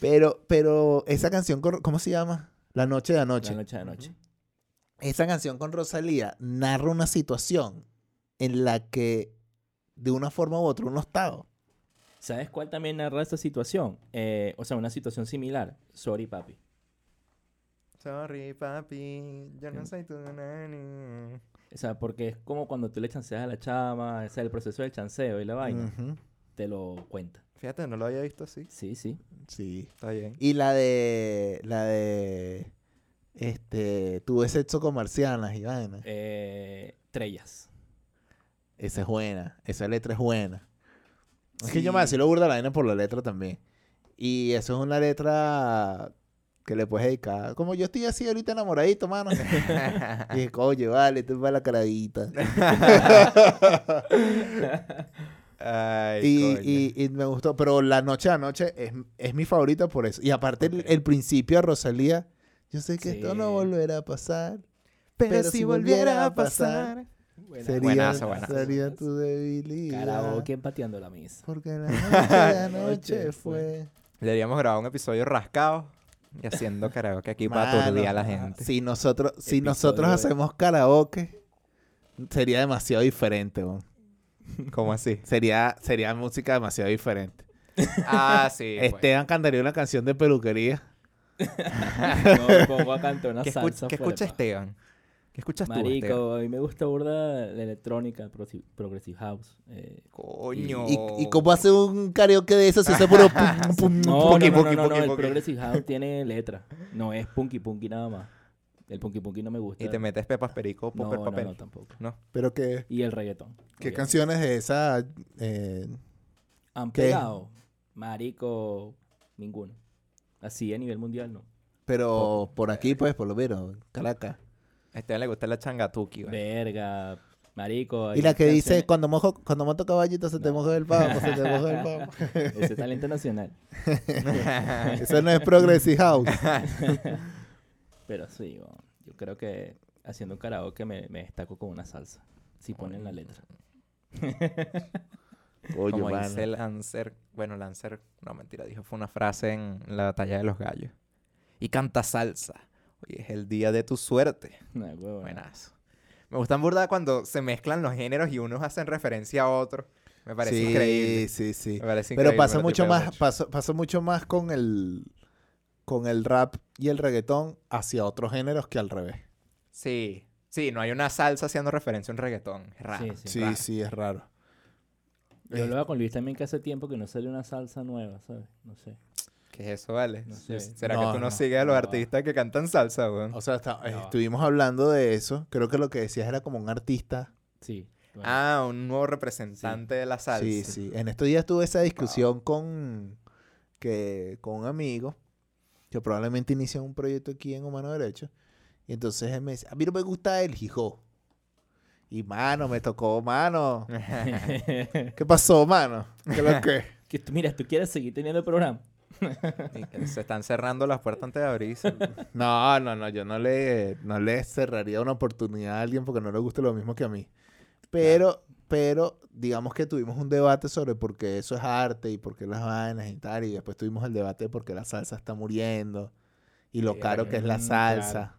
Speaker 3: pero, pero, esa canción, con- ¿cómo se llama? La noche de anoche.
Speaker 2: La noche de anoche.
Speaker 3: Esa canción con Rosalía narra una situación en la que, de una forma u otra, uno ha estado.
Speaker 2: ¿Sabes cuál también narra esta situación? Eh, o sea, una situación similar. Sorry, papi.
Speaker 1: Sorry, papi, yo no
Speaker 2: Sí.
Speaker 1: soy tu nani.
Speaker 2: O sea, porque es como cuando tú le chanceas a la chama, o sea, el proceso del chanceo y la vaina,
Speaker 3: Ujú.
Speaker 2: te lo cuenta.
Speaker 1: Fíjate, no lo había visto así.
Speaker 2: Sí, sí.
Speaker 3: Sí.
Speaker 1: Está bien.
Speaker 3: Y la de. La de. Este. Tuve sexo con marcianas y vaina.
Speaker 2: Eh, Trellas.
Speaker 3: Esa es buena. Esa letra es buena. Es que yo me
Speaker 1: Sí.
Speaker 3: vacilo burda la vaina por la letra también. Y eso es una letra que le puedes dedicar. Como yo estoy así ahorita enamoradito, mano. y dije, oye, vale, tú vas la caradita.
Speaker 1: Ay,
Speaker 3: Y,
Speaker 1: coño.
Speaker 3: y- y me gustó. Pero la noche a noche es, es mi favorita por eso. Y aparte el,
Speaker 1: Ok.
Speaker 3: el principio de Rosalía. Yo sé que esto no
Speaker 2: Sí.
Speaker 3: volverá a pasar.
Speaker 1: pero,
Speaker 3: pero
Speaker 1: si
Speaker 3: si
Speaker 1: volviera a
Speaker 3: volviera a pasar,
Speaker 1: pasar.
Speaker 2: Buena,
Speaker 3: Sería,
Speaker 1: Buenazo, buenazo.
Speaker 3: sería tu debilidad.
Speaker 2: Karaoke pateando la misa.
Speaker 3: Porque la noche de anoche
Speaker 2: Noche
Speaker 3: fue.
Speaker 2: fue.
Speaker 1: Deberíamos grabar un episodio rascado y haciendo karaoke aquí para
Speaker 3: Mano,
Speaker 1: aturdir a la gente.
Speaker 3: Ah, Si nosotros, si
Speaker 2: Episodio
Speaker 3: nosotros
Speaker 2: de-
Speaker 3: hacemos karaoke, sería demasiado diferente. weón.
Speaker 1: ¿Cómo así?
Speaker 3: Sería, sería música demasiado diferente.
Speaker 1: Ah, sí. pues.
Speaker 3: Esteban cantaría una canción de peluquería.
Speaker 2: Yo me pongo a cantar una
Speaker 1: ¿Qué, escu-
Speaker 2: salsa.
Speaker 1: qué
Speaker 2: fuera de
Speaker 1: escucha
Speaker 2: paja.
Speaker 1: Esteban? ¿Qué escuchas tú, Esteban?
Speaker 2: Marico, a mí me gusta burda la electrónica, prosi- progressive house. eh.
Speaker 1: Coño.
Speaker 3: ¿Y, y cómo hace un karaoke de eso? Si hace puro pum, pum,
Speaker 2: No, no,
Speaker 3: poqui,
Speaker 2: no, no,
Speaker 3: poqui,
Speaker 2: no, no,
Speaker 3: poqui,
Speaker 2: el
Speaker 3: poqui.
Speaker 2: progressive house tiene letra. No es punky punky nada más. El punky punky no me gusta.
Speaker 1: Y te metes pepas perico,
Speaker 2: no,
Speaker 1: popper
Speaker 2: no,
Speaker 1: papel.
Speaker 2: no, tampoco.
Speaker 1: No.
Speaker 3: Pero que,
Speaker 2: Y el reggaetón.
Speaker 3: qué
Speaker 2: obviamente.
Speaker 3: canciones de esa eh,
Speaker 2: ¿Han
Speaker 3: qué?
Speaker 2: pegado? Marico, ninguno. Así a nivel mundial no.
Speaker 3: Pero por aquí, pues, por lo menos, Caracas.
Speaker 1: A Esteban le gusta la changatuki, güey.
Speaker 2: Verga, marico. hay
Speaker 3: Y la que dice,
Speaker 2: canciones-
Speaker 3: cuando mojo, cuando monto caballito se te
Speaker 2: No.
Speaker 3: moja el pavo, se te moja el pavo.
Speaker 2: Ese talento nacional.
Speaker 3: Eso no es Progressive House.
Speaker 2: Pero sí, weón, yo creo que haciendo un karaoke me, me destaco con una salsa. Si ponen la letra.
Speaker 1: Como dice Lancer, bueno, Lancer, no mentira, dijo, fue una frase en la batalla de los gallos. Y canta salsa. Hoy es el día de tu suerte.
Speaker 2: No, huevo.
Speaker 1: Buenazo. Me gustan burda cuando se mezclan los géneros y unos hacen referencia a otros. Me parece
Speaker 3: sí,
Speaker 1: increíble.
Speaker 3: sí, sí.
Speaker 1: Me parece
Speaker 3: Pero
Speaker 1: increíble,
Speaker 3: pasa
Speaker 1: lo
Speaker 3: mucho
Speaker 1: tipeo
Speaker 3: más,
Speaker 1: mucho.
Speaker 3: pasó, pasó mucho más con el con el rap y el reggaetón hacia otros géneros que al revés.
Speaker 1: Sí. Sí, no hay una salsa haciendo referencia a un reggaetón. Es raro.
Speaker 2: Sí, sí.
Speaker 3: Sí,
Speaker 1: raro.
Speaker 3: sí, es raro.
Speaker 2: Yo hablaba con Luis también que hace tiempo que no sale una salsa nueva, ¿sabes? No sé.
Speaker 1: ¿Qué es eso, vale?
Speaker 2: No sé.
Speaker 1: ¿Será
Speaker 3: No,
Speaker 1: que tú no,
Speaker 3: no,
Speaker 1: sigues a los
Speaker 2: no.
Speaker 1: artistas que cantan salsa, weón?
Speaker 3: O sea, está- eh,
Speaker 2: No.
Speaker 3: estuvimos hablando de eso. Creo que lo que decías era como un artista.
Speaker 2: Sí. bueno,
Speaker 1: Ah, un nuevo representante de la salsa.
Speaker 3: Sí, sí. En estos días tuve esa discusión con, que, con un amigo que probablemente inicia un proyecto aquí en Humano Derecho. Y entonces él me dice, a mí no me gusta el hijo. Y mano, me tocó, mano.
Speaker 1: Mm.
Speaker 3: ¿Qué pasó, mano? ¿Qué lo que?
Speaker 2: que tú, mira, tú quieres seguir teniendo el programa.
Speaker 1: Y que se están cerrando las puertas antes de abrirse.
Speaker 3: No, no, no, yo no le, no le cerraría una oportunidad a alguien porque no le gusta lo mismo que a mí. Pero, pero, digamos que tuvimos un debate sobre por qué eso es arte y por qué las vainas y tal. Y después tuvimos el debate de por qué la salsa está muriendo y lo
Speaker 1: Sí,
Speaker 3: caro que es la
Speaker 2: mm,
Speaker 3: salsa.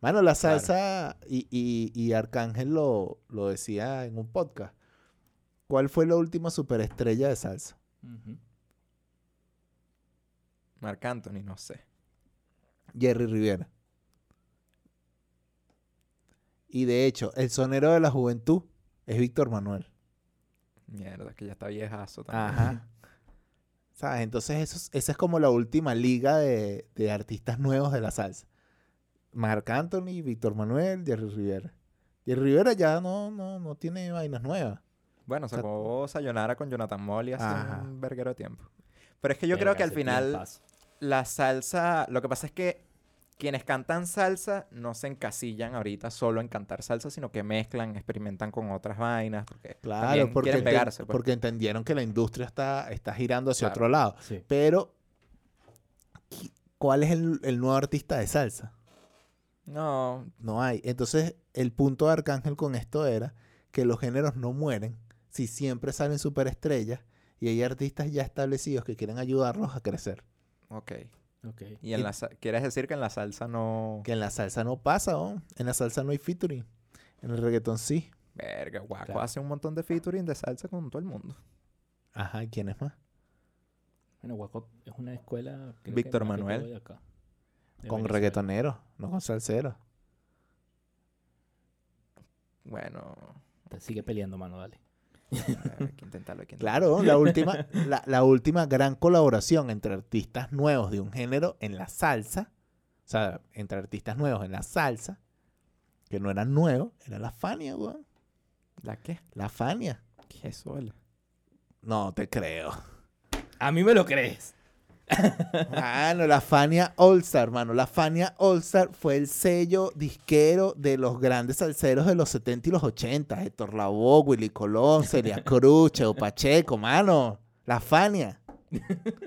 Speaker 3: Mano, la
Speaker 1: Claro.
Speaker 3: salsa, y, y- y Arcángel lo, lo decía en un podcast. ¿Cuál fue la última superestrella de salsa?
Speaker 2: Ujú.
Speaker 1: Marc Anthony, no sé.
Speaker 3: Jerry Rivera. Y de hecho, el sonero de la juventud es Víctor Manuel.
Speaker 1: Mierda, que ya está viejazo también.
Speaker 3: Ajá. ¿Sabes? Entonces, eso es- esa es como la última liga de, de artistas nuevos de la salsa. Marc Anthony, Víctor Manuel, Jerry Rivera. Jerry Rivera ya no, no, no tiene vainas nuevas.
Speaker 1: Bueno,
Speaker 3: sea,
Speaker 1: sacó Sayonara con Jonathan Molly hace
Speaker 3: Ajá.
Speaker 1: un verguero de tiempo. Pero es que yo
Speaker 2: Verga,
Speaker 1: creo que al
Speaker 2: ese
Speaker 1: final
Speaker 2: tiempazo.
Speaker 1: la salsa... Lo que pasa es que quienes cantan salsa no se encasillan ahorita solo en cantar salsa, sino que mezclan, experimentan con otras vainas. Porque
Speaker 3: Claro,
Speaker 1: también
Speaker 3: porque,
Speaker 1: quieren
Speaker 3: enten-
Speaker 1: pegarse. pues.
Speaker 3: porque entendieron que la industria está, está girando hacia
Speaker 1: Claro.
Speaker 3: otro lado.
Speaker 2: Sí.
Speaker 3: Pero, ¿qui- ¿cuál es el, el nuevo artista de salsa?
Speaker 1: No,
Speaker 3: No hay. Entonces, el punto de Arcángel con esto era que los géneros no mueren si siempre salen superestrellas y hay artistas ya establecidos que quieren ayudarlos a crecer.
Speaker 1: ok.
Speaker 2: Ok.
Speaker 1: Y en
Speaker 3: Y-
Speaker 1: la sa- ¿Quieres decir que en la salsa no...?
Speaker 3: Que en la salsa no pasa, ¿no? En la salsa no hay featuring. En el reggaetón sí.
Speaker 1: Verga, guaco.
Speaker 2: Claro.
Speaker 1: Hace un montón de featuring de salsa con todo el mundo.
Speaker 3: Ajá, ¿y ¿quién es más?
Speaker 2: Bueno, Guacop es una escuela. creo que
Speaker 1: Víctor
Speaker 2: más que
Speaker 1: Manuel.
Speaker 2: todo de acá, de
Speaker 3: Con
Speaker 2: Venezuela.
Speaker 3: reggaetoneros, no con salseros.
Speaker 1: Bueno...
Speaker 2: Te sigue peleando, mano, dale.
Speaker 1: Hay que intentarlo, hay que intentarlo.
Speaker 3: Claro, oh, la última, la, la última gran colaboración entre artistas nuevos de un género en la salsa, o sea, entre artistas nuevos en la salsa, que no eran nuevos, era la Fania, weón.
Speaker 1: ¿La qué?
Speaker 3: La Fania.
Speaker 1: ¿Qué es eso, vale?
Speaker 3: No te creo.
Speaker 2: A mí me lo crees.
Speaker 3: Mano, la Fania All Star, hermano. La Fania All Star fue el sello disquero de los grandes salseros de los 70 y los 80. Héctor Lavoe, Willy Colón, Celia Cruz, Cheo Pacheco, mano. La Fania.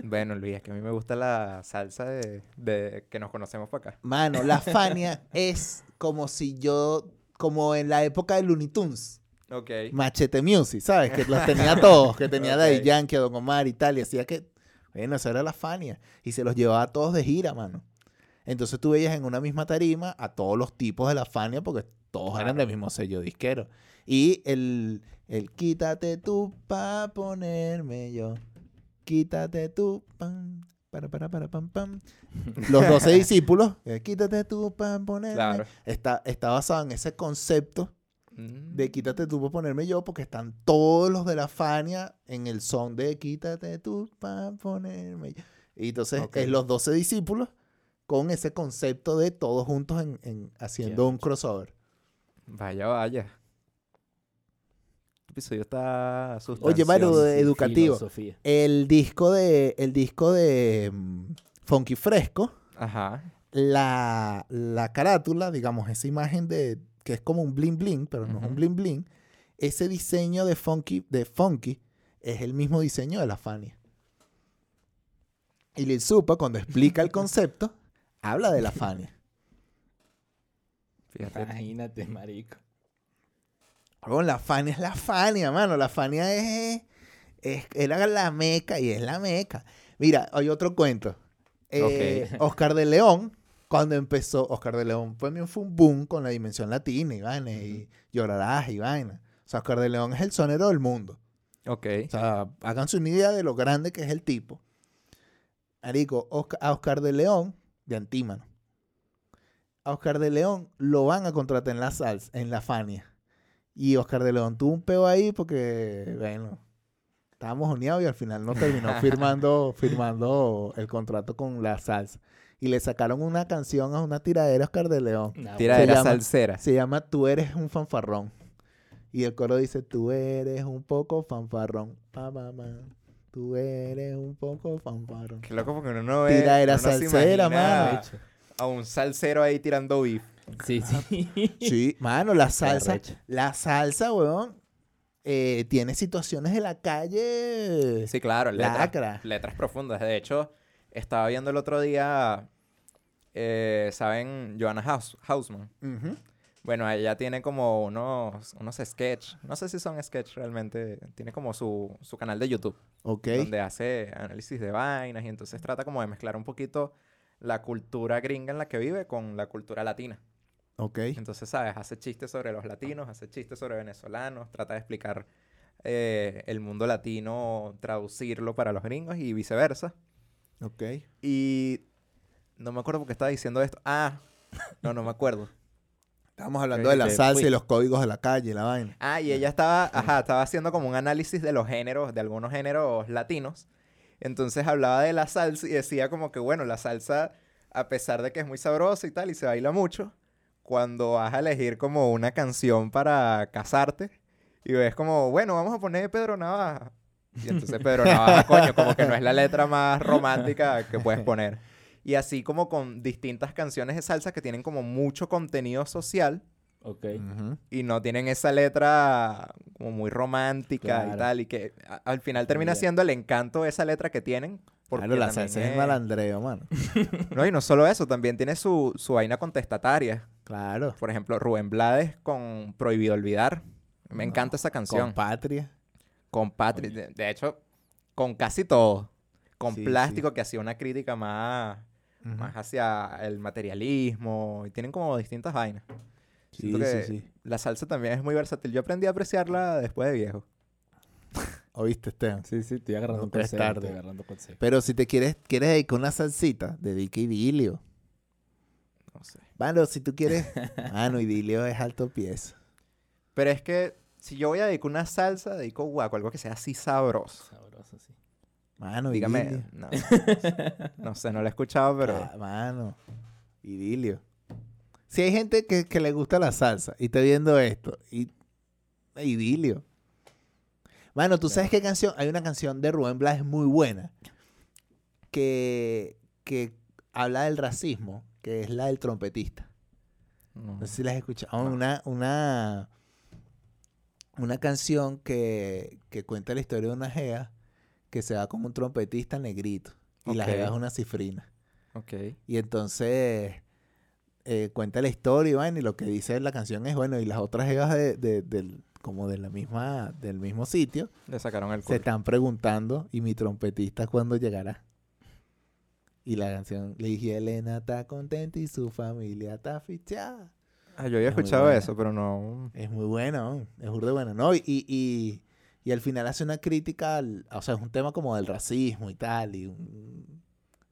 Speaker 1: Bueno, Luis, es que a mí me gusta la salsa de, de que nos conocemos para acá.
Speaker 3: Mano, la Fania es como si yo, como en la época de Looney Tunes,
Speaker 1: Ok.
Speaker 3: Machete Music, ¿sabes? Que los tenía todos, que tenía Daddy
Speaker 1: Ok.
Speaker 3: Yankee, Don Omar y tal, y hacía que, bueno, esa era la Fania, y se los llevaba a todos de gira, mano. Entonces tú veías en una misma tarima a todos los tipos de la Fania, porque todos eran del mismo sello disquero. Y el, el quítate tú pa' ponerme yo, quítate tú, pam, para, para, para, pam, pam. Los 12 discípulos, eh, quítate tú pa' ponerme.
Speaker 1: Claro.
Speaker 3: Está, está basado en ese concepto
Speaker 1: Mm,
Speaker 3: de quítate tú para ponerme yo, porque están todos los de la Fania en el son de quítate tú para ponerme yo. Y entonces
Speaker 1: Ok.
Speaker 3: es los 12 discípulos con ese concepto de todos juntos en, en- haciendo un crossover.
Speaker 1: Vaya, vaya. Este episodio está sustancioso.
Speaker 3: Oye, Maru,
Speaker 2: Canción,
Speaker 3: de-
Speaker 2: sí,
Speaker 3: educativo.
Speaker 2: filosofía.
Speaker 3: El disco de, el disco de mm, Funky Fresco
Speaker 1: Ajá.
Speaker 3: la, la carátula, digamos, esa imagen de que es como un bling bling, pero no es un
Speaker 1: Ujú.
Speaker 3: bling bling, ese diseño de funky, de funky es el mismo diseño de la Fania. Y Lil Supa, cuando explica el concepto, habla de la Fania.
Speaker 1: Fíjate.
Speaker 2: Imagínate, marico.
Speaker 3: Huevón, la Fania es la Fania, mano. La Fania es, es, era la meca y es la meca. Mira, hay otro cuento. Eh, Oscar de León, cuando empezó, Oscar de León también fue un boom con la dimensión latina y vaina, y llorarás y vaina. O sea, Oscar de León es el sonero del mundo.
Speaker 1: Ok.
Speaker 3: O sea, háganse una idea de lo grande que es el tipo. Marico, Osca- a Oscar de León, de Antímano. A Oscar de León lo van a contratar en la salsa, en la Fania. Y Oscar de León tuvo un peo ahí porque, bueno, estábamos unidos y al final no terminó firmando, firmando el contrato con la salsa. Y le sacaron una canción a una tiradera a Oscar de León.
Speaker 2: Nah,
Speaker 1: Tira
Speaker 3: Se
Speaker 1: de la
Speaker 3: llama-
Speaker 1: salsera.
Speaker 3: Se llama Tú eres un fanfarrón. Y el coro dice, tú eres un poco fanfarrón. Pa, pa, pa. Tú eres un poco fanfarrón.
Speaker 1: Qué loco porque uno no ve.
Speaker 3: Tira de la
Speaker 1: uno no se
Speaker 3: salsera,
Speaker 1: imagina
Speaker 3: mano.
Speaker 1: A un salsero ahí tirando beef.
Speaker 2: Sí, sí.
Speaker 3: Sí, mano, la salsa.
Speaker 2: arrecho.
Speaker 3: La salsa, weón, eh, tiene situaciones de la calle.
Speaker 1: Sí, claro.
Speaker 3: Lacra.
Speaker 1: Letras, letras profundas. De hecho, estaba viendo el otro día. eh, ¿Saben? Joanna Haus- Hausman.
Speaker 3: Ujú.
Speaker 1: Bueno, ella tiene como unos, unos sketch. No sé si son sketch realmente. Tiene como su, su canal de YouTube.
Speaker 3: Ok.
Speaker 1: Donde hace análisis de vainas. Y entonces trata como de mezclar un poquito la cultura gringa en la que vive con la cultura latina.
Speaker 3: Ok.
Speaker 1: Entonces, ¿sabes? Hace chistes sobre los latinos, hace chistes sobre venezolanos, trata de explicar eh, el mundo latino, traducirlo para los gringos y viceversa.
Speaker 3: Ok.
Speaker 1: Y no me acuerdo por qué estaba diciendo esto. Ah, no, no me acuerdo.
Speaker 3: Estamos hablando de la
Speaker 1: Te
Speaker 3: salsa y
Speaker 1: fuiste.
Speaker 3: los códigos de la calle, la vaina.
Speaker 1: Ah, y ella estaba, ajá, estaba haciendo como un análisis de los géneros, de algunos géneros latinos. Entonces hablaba de la salsa y decía como que, bueno, la salsa, a pesar de que es muy sabrosa y tal, y se baila mucho, cuando vas a elegir como una canción para casarte, y ves como, bueno, vamos a poner Pedro Navaja. Y entonces Pedro Navaja, coño, como que no es la letra más romántica que puedes poner. Y así como con distintas canciones de salsa que tienen como mucho contenido social,
Speaker 2: Ok.
Speaker 4: Ujú.
Speaker 1: y no tienen esa letra como muy romántica
Speaker 2: Claro.
Speaker 1: y tal, y que a- al final termina
Speaker 2: Entendida.
Speaker 1: siendo el encanto de esa letra que tienen. Porque
Speaker 3: Claro, la
Speaker 1: también
Speaker 3: salsa es
Speaker 1: es-
Speaker 3: malandreo, mano.
Speaker 1: No, y no solo eso, también tiene su, su vaina contestataria.
Speaker 3: Claro.
Speaker 1: Por ejemplo, Rubén Blades con Prohibido Olvidar. Me
Speaker 3: No,
Speaker 1: encanta esa canción.
Speaker 3: Con
Speaker 1: Con,
Speaker 3: patria.
Speaker 1: Patrick. De, de hecho, con casi todo. Con
Speaker 3: Sí, sí.
Speaker 1: Plástico, que hacía una crítica más, más hacia el materialismo. Y tienen como distintas vainas.
Speaker 3: Sí,
Speaker 1: Siento
Speaker 3: sí,
Speaker 1: que
Speaker 3: sí.
Speaker 1: La salsa también es muy versátil. Yo aprendí a apreciarla después de viejo.
Speaker 3: ¿Oíste, Esteban?
Speaker 2: Sí, sí, estoy agarrando
Speaker 3: Nunca es
Speaker 2: consejos.
Speaker 3: tarde.
Speaker 2: Estoy agarrando consejos.
Speaker 3: Pero si te quieres, quieres dedicar una salsita, dedica idilio.
Speaker 1: No sé.
Speaker 3: Mano, si tú quieres. Mano, idilio es alto pies.
Speaker 1: Pero es que si yo voy a dedicar una salsa, dedico guaco, algo que sea así sabroso.
Speaker 2: Sabroso, sí.
Speaker 3: Mano, idilio.
Speaker 1: Dígame, no, no sé. no sé, no lo he escuchado, pero
Speaker 3: Ah, mano, idilio. Si hay gente que, que le gusta la salsa y está viendo esto, y, idilio. Mano, ¿tú sabes qué canción? Hay una canción de Rubén Blas muy buena que, que habla del racismo, que es la del trompetista.
Speaker 1: no.
Speaker 3: No sé si las has escuchado. Una, una, una canción que, que cuenta la historia de una jea que se va con un trompetista negrito. Y la
Speaker 1: Ok.
Speaker 3: jea es una cifrina.
Speaker 1: Ok.
Speaker 3: Y entonces eh, cuenta la historia, Iván, y lo que dice la canción es, bueno, y las otras jevas de, de- del, como de la misma, del mismo sitio
Speaker 1: Le sacaron el
Speaker 3: se
Speaker 1: culo.
Speaker 3: están preguntando, ¿y mi trompetista cuándo llegará? Y la canción, le dije, Elena está contenta y su familia está fichada.
Speaker 1: Ah, yo había
Speaker 3: Es muy
Speaker 1: escuchado
Speaker 3: buena.
Speaker 1: eso, pero no.
Speaker 3: Es muy bueno, es burda bueno, ¿no? Y, y, y, y al final hace una crítica, al- o sea, es un tema como del racismo y tal, y un,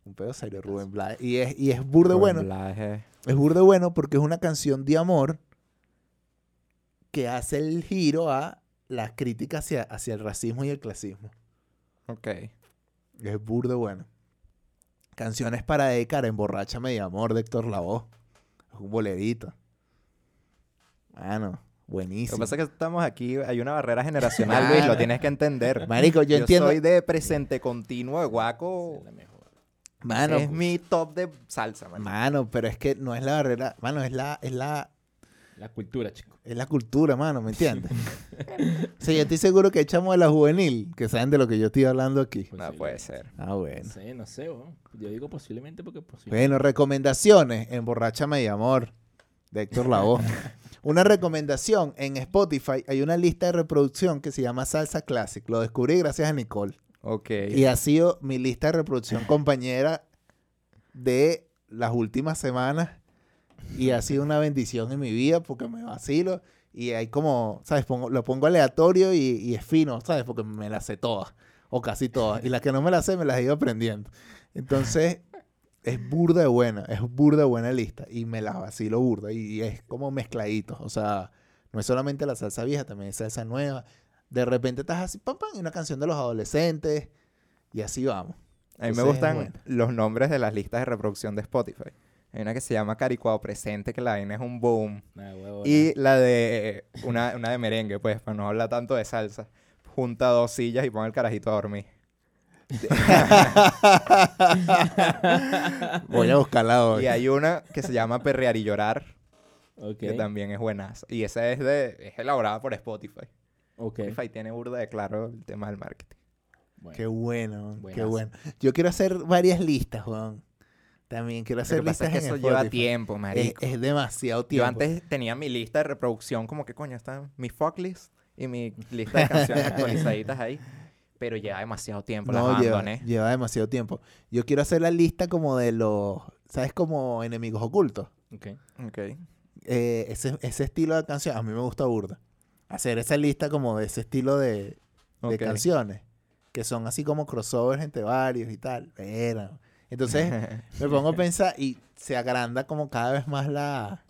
Speaker 3: un pedo serio, Rubén Blades. Y es, y es burda
Speaker 1: Rubén
Speaker 3: bueno,
Speaker 1: Blades es-
Speaker 3: es burda bueno porque es una canción de amor que hace el giro a las críticas hacia, hacia el racismo y el clasismo.
Speaker 1: Ok.
Speaker 3: Es burda bueno. Canciones para dedicar, Emborracha Medio Amor de Héctor Lavoe. Es un bolerito. Mano,
Speaker 1: Lo
Speaker 3: buenísimo.
Speaker 1: que pasa es que estamos aquí, hay una barrera generacional, Luis, lo
Speaker 3: Claro.
Speaker 1: tienes que entender.
Speaker 3: Marico, yo,
Speaker 1: Yo,
Speaker 3: entiendo.
Speaker 1: soy de presente continuo de guaco.
Speaker 2: Es la mejor.
Speaker 3: Mano,
Speaker 1: es mi top de salsa, man.
Speaker 3: mano, pero es que no es la barrera, mano, es la, es la,
Speaker 2: La cultura, chico.
Speaker 3: es la cultura, mano, ¿me entiendes? o sea, yo estoy seguro que hay chamos de la juvenil que saben de lo que yo estoy hablando aquí.
Speaker 1: No puede ser.
Speaker 3: Ah,
Speaker 2: No
Speaker 3: bueno.
Speaker 2: sé, no sé, weón. Yo digo posiblemente porque pues, posiblemente.
Speaker 3: Bueno, recomendaciones en Borrachame y Amor de Héctor Lavoe. una recomendación en Spotify, hay una lista de reproducción que se llama Salsa Classic. Lo descubrí gracias a Nicole.
Speaker 1: Ok.
Speaker 3: Y ha sido mi lista de reproducción compañera de las últimas semanas. Y ha sido una bendición en mi vida porque me vacilo. Y hay como, ¿sabes? Pongo- lo pongo aleatorio y, y es fino, ¿sabes? Porque me las sé todas. O casi todas. Y las que no me las sé, me las he ido aprendiendo. Entonces, es burda de buena. Es burda de buena lista. Y me las vacilo burda. Y, y es como mezcladitos. O sea, no es solamente la salsa vieja, también es salsa nueva. De repente estás así, pam, pam, y una canción de los adolescentes. Y así vamos.
Speaker 1: A mí me
Speaker 3: Entonces,
Speaker 1: gustan
Speaker 3: bueno.
Speaker 1: los nombres de las listas de reproducción de Spotify. Hay una que se llama Caricuado Presente, que la vaina es un boom.
Speaker 2: Nah, huevón,
Speaker 1: Y la de eh, una, una de merengue, pues, para no hablar tanto de salsa. Junta dos sillas y pon el carajito a dormir.
Speaker 3: Voy a buscarla hoy.
Speaker 1: Y hay una que se llama Perrear y Llorar,
Speaker 2: nah. Ok,
Speaker 1: que también es buenaza. Y esa es de, es elaborada por Spotify.
Speaker 2: ok.
Speaker 1: Spotify tiene burda de claro el tema del marketing.
Speaker 2: Bueno.
Speaker 3: Qué bueno, qué
Speaker 2: Buenazo.
Speaker 3: bueno. Yo quiero hacer varias listas, Juan. También quiero
Speaker 1: Lo
Speaker 3: hacer
Speaker 1: que pasa
Speaker 3: listas
Speaker 1: es que
Speaker 3: en
Speaker 1: eso lleva
Speaker 3: Spotify.
Speaker 1: tiempo,
Speaker 3: Es,
Speaker 1: marico.
Speaker 3: es demasiado tiempo.
Speaker 1: Yo antes tenía mi lista de reproducción, como que coño, está mi fuck list y mi lista de canciones actualizaditas ahí. Pero lleva demasiado tiempo, las
Speaker 3: no, lleva,
Speaker 1: abandoné.
Speaker 3: lleva demasiado tiempo. Yo quiero hacer la lista como de los, ¿sabes? Como enemigos ocultos.
Speaker 2: Ok.
Speaker 1: Ok.
Speaker 3: Eh, ese, ese estilo de canción, a mí me gusta burda. Hacer esa lista como de ese estilo de, de
Speaker 1: Ok.
Speaker 3: canciones que son así como crossovers entre varios y tal. Verga. Entonces me pongo a pensar y se agranda como cada vez más la,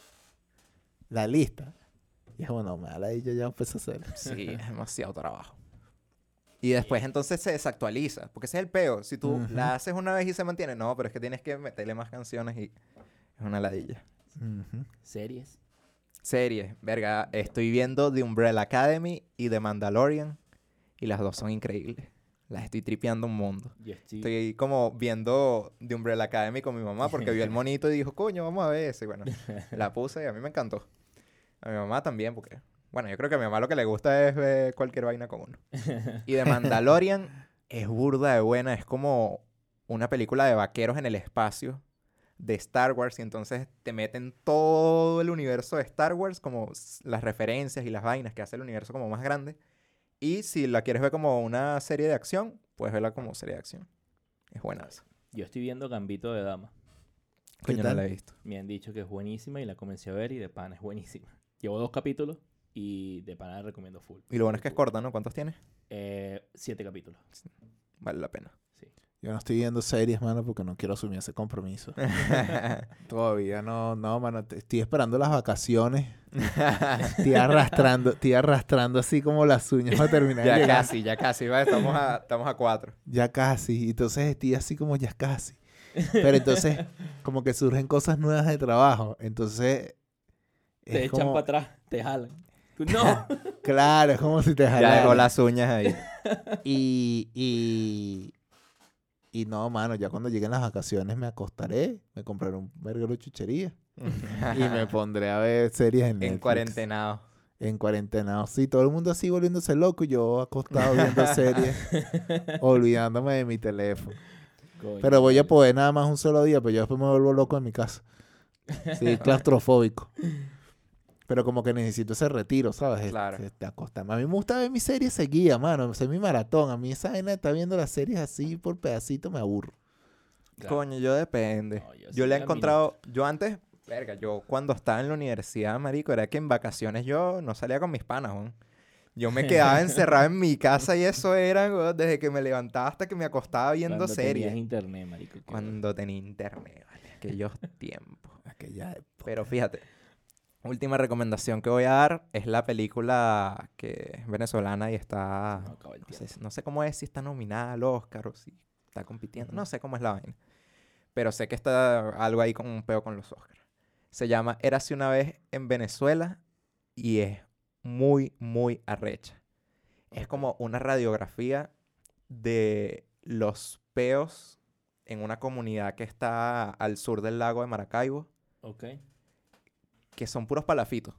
Speaker 3: la lista. Y es bueno, me da la yo ya empecé a hacer.
Speaker 1: Sí, es demasiado trabajo. Y después entonces se desactualiza, porque ese es el peo. Si tú
Speaker 3: Ujú.
Speaker 1: la haces una vez y se mantiene, no, pero es que tienes que meterle más canciones y es una ladilla.
Speaker 3: Ujú.
Speaker 2: Series.
Speaker 1: Series, verga, estoy viendo The Umbrella Academy y The Mandalorian y las dos son increíbles. Las estoy tripeando un mundo.
Speaker 2: Yo estoy...
Speaker 1: Estoy como viendo The Umbrella Academy con mi mamá Ah, porque vio el monito y dijo, coño, vamos a ver eso. Y bueno, la puse y a mí me encantó. A mi mamá también, porque, bueno, yo creo que a mi mamá lo que le gusta es ver cualquier vaina con uno. Y de Mandalorian es burda de buena, es como una película de vaqueros en el espacio de Star Wars y entonces te meten todo el universo de Star Wars, como s- las referencias y las vainas que hace el universo como más grande. Y si la quieres ver como una serie de acción, puedes verla como serie de acción. Es buena esa.
Speaker 2: Yo estoy viendo Gambito de Dama.
Speaker 3: ¿Qué
Speaker 1: Coño, no
Speaker 3: tal?
Speaker 1: la he visto.
Speaker 2: Me han dicho que es buenísima y la comencé a ver y de pana es buenísima. Llevo dos capítulos y de pana la recomiendo full.
Speaker 1: Y lo bueno es que es corta, ¿no? ¿Cuántos tiene?
Speaker 2: Eh, siete capítulos.
Speaker 1: Vale la pena.
Speaker 2: Sí.
Speaker 3: Yo no estoy viendo series, mano, porque no quiero asumir ese compromiso. Todavía no, no, mano. te- Estoy esperando las vacaciones. Estoy arrastrando, estoy arrastrando así como las uñas para terminar. de
Speaker 1: ya
Speaker 3: llegar.
Speaker 1: casi, ya casi. ¿vale? Estamos, a, estamos a cuatro.
Speaker 3: Ya casi. Entonces estoy así como ya casi. Pero entonces, como que surgen cosas nuevas de trabajo. Entonces.
Speaker 2: Te
Speaker 3: es
Speaker 2: echan
Speaker 3: como-
Speaker 2: para atrás, te jalan. Tú, ¡No!
Speaker 3: Claro, es como si te
Speaker 1: Ya dejó
Speaker 3: jalaran.
Speaker 1: las uñas ahí.
Speaker 3: Y, y. Y no, mano, ya cuando lleguen las vacaciones me acostaré, me compraré un verguero de chuchería y me pondré a ver series en Netflix.
Speaker 1: en cuarentenado.
Speaker 3: En cuarentena. Sí, todo el mundo así volviéndose loco y yo acostado viendo series, olvidándome de mi teléfono.
Speaker 2: Coño,
Speaker 3: Pero voy a
Speaker 2: vale.
Speaker 3: poder nada más un solo día, pero yo después me vuelvo loco en mi casa. Sí, claustrofóbico. Pero como que necesito ese retiro, ¿sabes? Este,
Speaker 1: Claro.
Speaker 3: este, acostarme. A mí me gusta ver mis series seguidas, mano. Ese es mi maratón. A mí esa vaina de estar viendo las series así por pedacito me aburro.
Speaker 2: Claro.
Speaker 1: Coño, yo depende.
Speaker 2: No, yo
Speaker 1: yo
Speaker 2: sí
Speaker 1: le he
Speaker 2: camino.
Speaker 1: encontrado. Yo antes, verga, yo cuando estaba en la universidad, marico, era que en vacaciones yo no salía con mis panas, weón. Yo me quedaba encerrado en mi casa y eso era, weón, desde que me levantaba hasta que me acostaba viendo
Speaker 2: Cuando tenías
Speaker 1: series.
Speaker 2: internet, marico. qué bueno.
Speaker 1: Cuando tenía internet, vale. Aquellos tiempos.
Speaker 3: Aquella época.
Speaker 1: Pero fíjate, última recomendación que voy a dar es la película que es venezolana y está.
Speaker 2: No, acaba el
Speaker 1: No
Speaker 2: tiempo.
Speaker 1: sé, no sé cómo es, si está nominada al Oscar o si está compitiendo. No sé cómo es la vaina. Pero sé que está algo ahí con un peo con los Oscars. Se llama Érase una vez en Venezuela y es muy, muy arrecha. Es como una radiografía de los peos en una comunidad que está al sur del lago de Maracaibo,
Speaker 2: Ok.
Speaker 1: que son puros palafitos.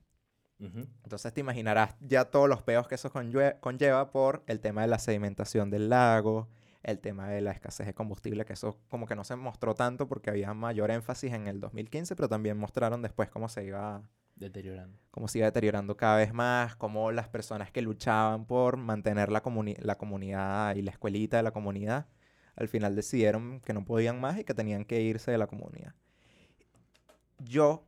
Speaker 2: Ujú.
Speaker 1: Entonces te imaginarás ya todos los peos que eso conllue- conlleva por el tema de la sedimentación del lago, el tema de la escasez de combustible, que eso como que no se mostró tanto porque había mayor énfasis en el 2015, pero también mostraron después cómo se iba
Speaker 2: Deteriorando.
Speaker 1: cómo se iba deteriorando cada vez más, cómo las personas que luchaban por mantener la, comuni- la comunidad y la escuelita de la comunidad, al final decidieron que no podían más y que tenían que irse de la comunidad. Yo,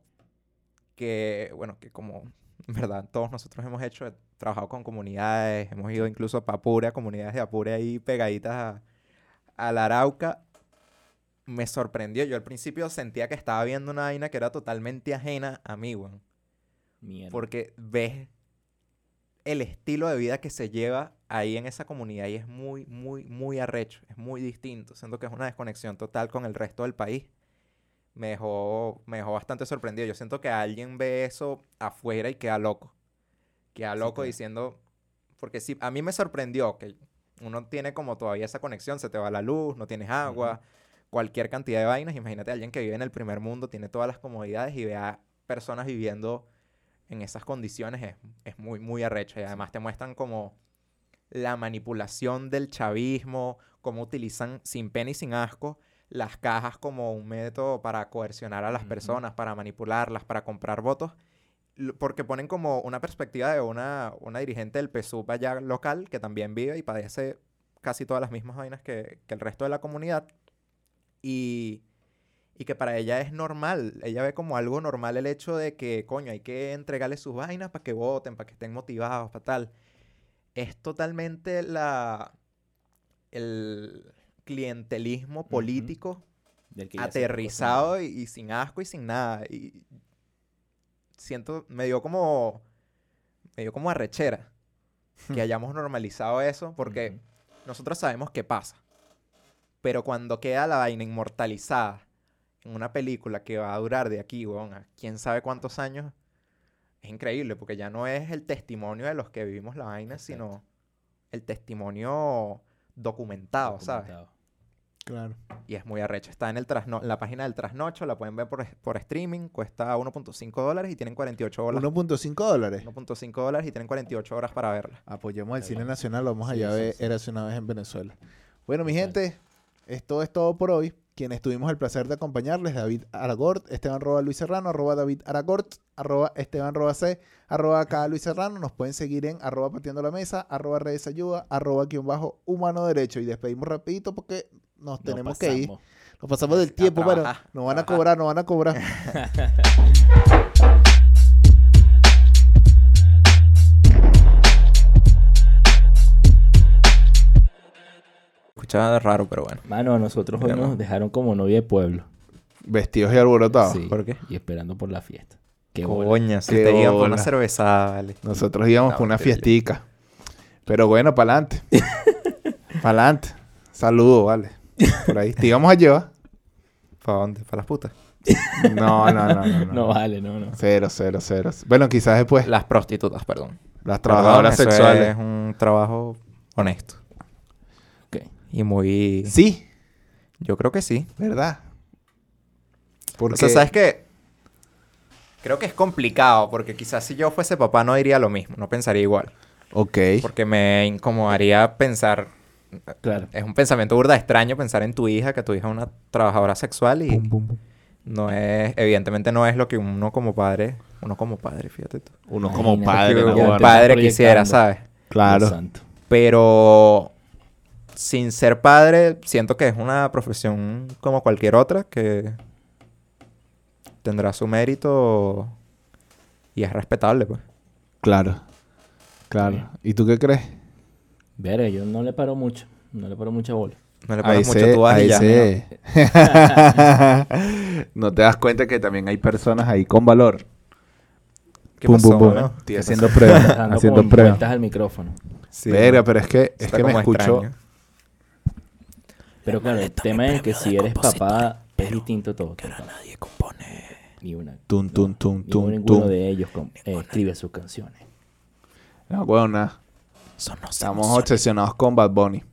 Speaker 1: que, bueno, que como, en verdad, todos nosotros hemos hecho, he trabajado con comunidades, hemos ido incluso a Apure, a comunidades de Apure ahí pegaditas a, a la Arauca, me sorprendió. Yo al principio sentía que estaba viendo una vaina que era totalmente ajena a mí, weón.
Speaker 2: Mierda.
Speaker 1: Porque ves el estilo de vida que se lleva ahí en esa comunidad y es muy, muy, muy arrecho, es muy distinto. Siento que es una desconexión total con el resto del país. Me dejó, me dejó bastante sorprendido. Yo siento que alguien ve eso afuera y queda loco. Queda loco
Speaker 2: claro.
Speaker 1: diciendo. Porque sí, a mí me sorprendió que uno tiene como todavía esa conexión, se te va la luz, no tienes agua, cualquier cantidad de vainas. Imagínate a alguien que vive en el primer mundo, tiene todas las comodidades y ve a personas viviendo en esas condiciones es, es muy, muy arrecho. Y además te muestran como la manipulación del chavismo, cómo utilizan sin pena y sin asco las cajas como un método para coercionar a las
Speaker 2: Ujú.
Speaker 1: personas, para manipularlas, para comprar votos. Lo- Porque ponen como una perspectiva de una, una dirigente del PSUV allá local que también vive y padece casi todas las mismas vainas que, que el resto de la comunidad. Y, y que para ella es normal. Ella ve como algo normal el hecho de que, coño, hay que entregarle sus vainas para que voten, para que estén motivados, para tal. Es totalmente la. el clientelismo político
Speaker 2: Del que ya pues, se
Speaker 1: aterrizado y, y sin asco y sin nada. Y siento, me dio como, me dio como arrechera que hayamos normalizado eso porque
Speaker 2: Hmm. Ujú.
Speaker 1: nosotros sabemos qué pasa. Pero cuando queda la vaina inmortalizada en una película que va a durar de aquí, weón, a quién sabe cuántos años, es increíble porque ya no es el testimonio de los que vivimos la vaina,
Speaker 2: Exacto.
Speaker 1: sino el testimonio documentado, ¿sabes?
Speaker 2: documentado.
Speaker 5: Claro.
Speaker 1: Y es muy arrecho. Está en, el trasno en la página del trasnocho, la pueden ver por, es- por streaming, cuesta 1.5 dólares y tienen 48 horas.
Speaker 5: 1.5 dólares.
Speaker 1: 1.5 dólares y tienen 48 horas para verla.
Speaker 5: Apoyemos al
Speaker 2: Está
Speaker 5: cine
Speaker 2: bien.
Speaker 5: nacional, vamos
Speaker 2: Sí,
Speaker 5: allá a
Speaker 2: sí,
Speaker 5: ver
Speaker 2: sí.
Speaker 5: Érase una vez en Venezuela. Bueno, mi
Speaker 2: Total.
Speaker 5: gente, esto es todo por hoy. Quienes tuvimos el placer de acompañarles, David Aragort, Esteban Roa Luis Serrano, arroba David Aragort, arroba Esteban Roa C, arroba acá Luis Serrano. Nos pueden seguir en arroba pateando la mesa, arroba redes ayuda, arroba guión bajo humano derecho. Y despedimos rapidito porque nos
Speaker 2: Nos
Speaker 5: tenemos que ir.
Speaker 2: pasamos.
Speaker 5: Nos pasamos del
Speaker 1: A
Speaker 5: tiempo, bueno,
Speaker 1: trabajar,
Speaker 5: nos van a
Speaker 1: trabajar.
Speaker 5: cobrar, nos van a cobrar.
Speaker 1: Escuchaba raro, pero bueno.
Speaker 2: Mano, a nosotros hoy
Speaker 1: Mira,
Speaker 2: nos
Speaker 1: mano.
Speaker 2: dejaron como novia de pueblo.
Speaker 3: Vestidos y alborotados.
Speaker 2: Sí,
Speaker 1: ¿por qué?
Speaker 2: Y esperando por la fiesta. Qué bola.
Speaker 1: Coño, si
Speaker 3: Qué
Speaker 1: te iban por
Speaker 3: bola.
Speaker 1: una cerveza, vale.
Speaker 3: Nosotros íbamos
Speaker 1: No,
Speaker 3: por una
Speaker 1: mentira, yo-
Speaker 3: fiestica. Pero bueno, para adelante. para adelante. Saludos, vale. Por ahí. Te íbamos a llevar.
Speaker 1: ¿Para dónde? ¿Para las putas?
Speaker 3: No, no, no, no. no.
Speaker 2: No vale, no, no.
Speaker 3: Cero, cero, cero. Bueno, quizás después.
Speaker 1: Las prostitutas, perdón.
Speaker 3: Las trabajadoras
Speaker 1: Perdón, eso
Speaker 3: sexuales.
Speaker 1: Es un trabajo honesto.
Speaker 2: Ok.
Speaker 1: Y muy...
Speaker 3: Sí,
Speaker 1: Yo creo que sí.
Speaker 3: ¿verdad?
Speaker 1: O
Speaker 3: Porque
Speaker 1: sea, ¿sabes qué? Creo que es complicado porque quizás si yo fuese papá no diría lo mismo, no pensaría igual.
Speaker 3: Ok.
Speaker 1: Porque me incomodaría pensar,
Speaker 2: Claro.
Speaker 1: es un pensamiento burda extraño pensar en tu hija, que tu hija es una trabajadora sexual y no es, evidentemente no es lo que uno como padre, uno como padre, fíjate tú.
Speaker 3: Uno
Speaker 2: como
Speaker 3: como
Speaker 2: Imagínate padre, que
Speaker 3: padre,
Speaker 1: Lo
Speaker 2: no,
Speaker 1: que
Speaker 2: bueno.
Speaker 1: un padre
Speaker 2: Proyectando.
Speaker 1: quisiera, ¿sabes?
Speaker 3: Claro.
Speaker 2: Dios santo.
Speaker 1: Pero sin ser padre, siento que es una profesión como cualquier otra que tendrá su mérito y es respetable, pues.
Speaker 3: Claro.
Speaker 2: Sí.
Speaker 3: Claro. ¿Y tú qué crees?
Speaker 2: Verga, yo no le paro mucho. No le paro mucha bola.
Speaker 1: No le
Speaker 3: Ahí
Speaker 1: pones mucho
Speaker 3: se-
Speaker 1: tú vas y
Speaker 3: ahí
Speaker 1: ya.
Speaker 3: se- no te das cuenta que también hay personas ahí con valor.
Speaker 1: ¿Qué
Speaker 3: Pum,
Speaker 1: pasó,
Speaker 3: pum, pum.
Speaker 1: mano?
Speaker 3: Estoy haciendo pruebas.
Speaker 2: Dando
Speaker 3: haciendo
Speaker 2: como
Speaker 3: pruebas.
Speaker 2: vueltas al micrófono.
Speaker 1: Sí,
Speaker 3: Verga, pero es que, es
Speaker 1: está
Speaker 3: que me
Speaker 1: como
Speaker 3: escucho.
Speaker 1: extraño.
Speaker 2: Pero claro, el tema es que si eres papá, es distinto todo. total.
Speaker 1: Nadie compone.
Speaker 2: Ni una.
Speaker 3: Tum, tum, tum,
Speaker 2: Ni
Speaker 3: tum,
Speaker 2: ninguno
Speaker 3: tum.
Speaker 2: de ellos com- eh, escribe sus canciones.
Speaker 3: No, huevona.
Speaker 1: Son los
Speaker 3: Estamos obsesionados con Bad Bunny.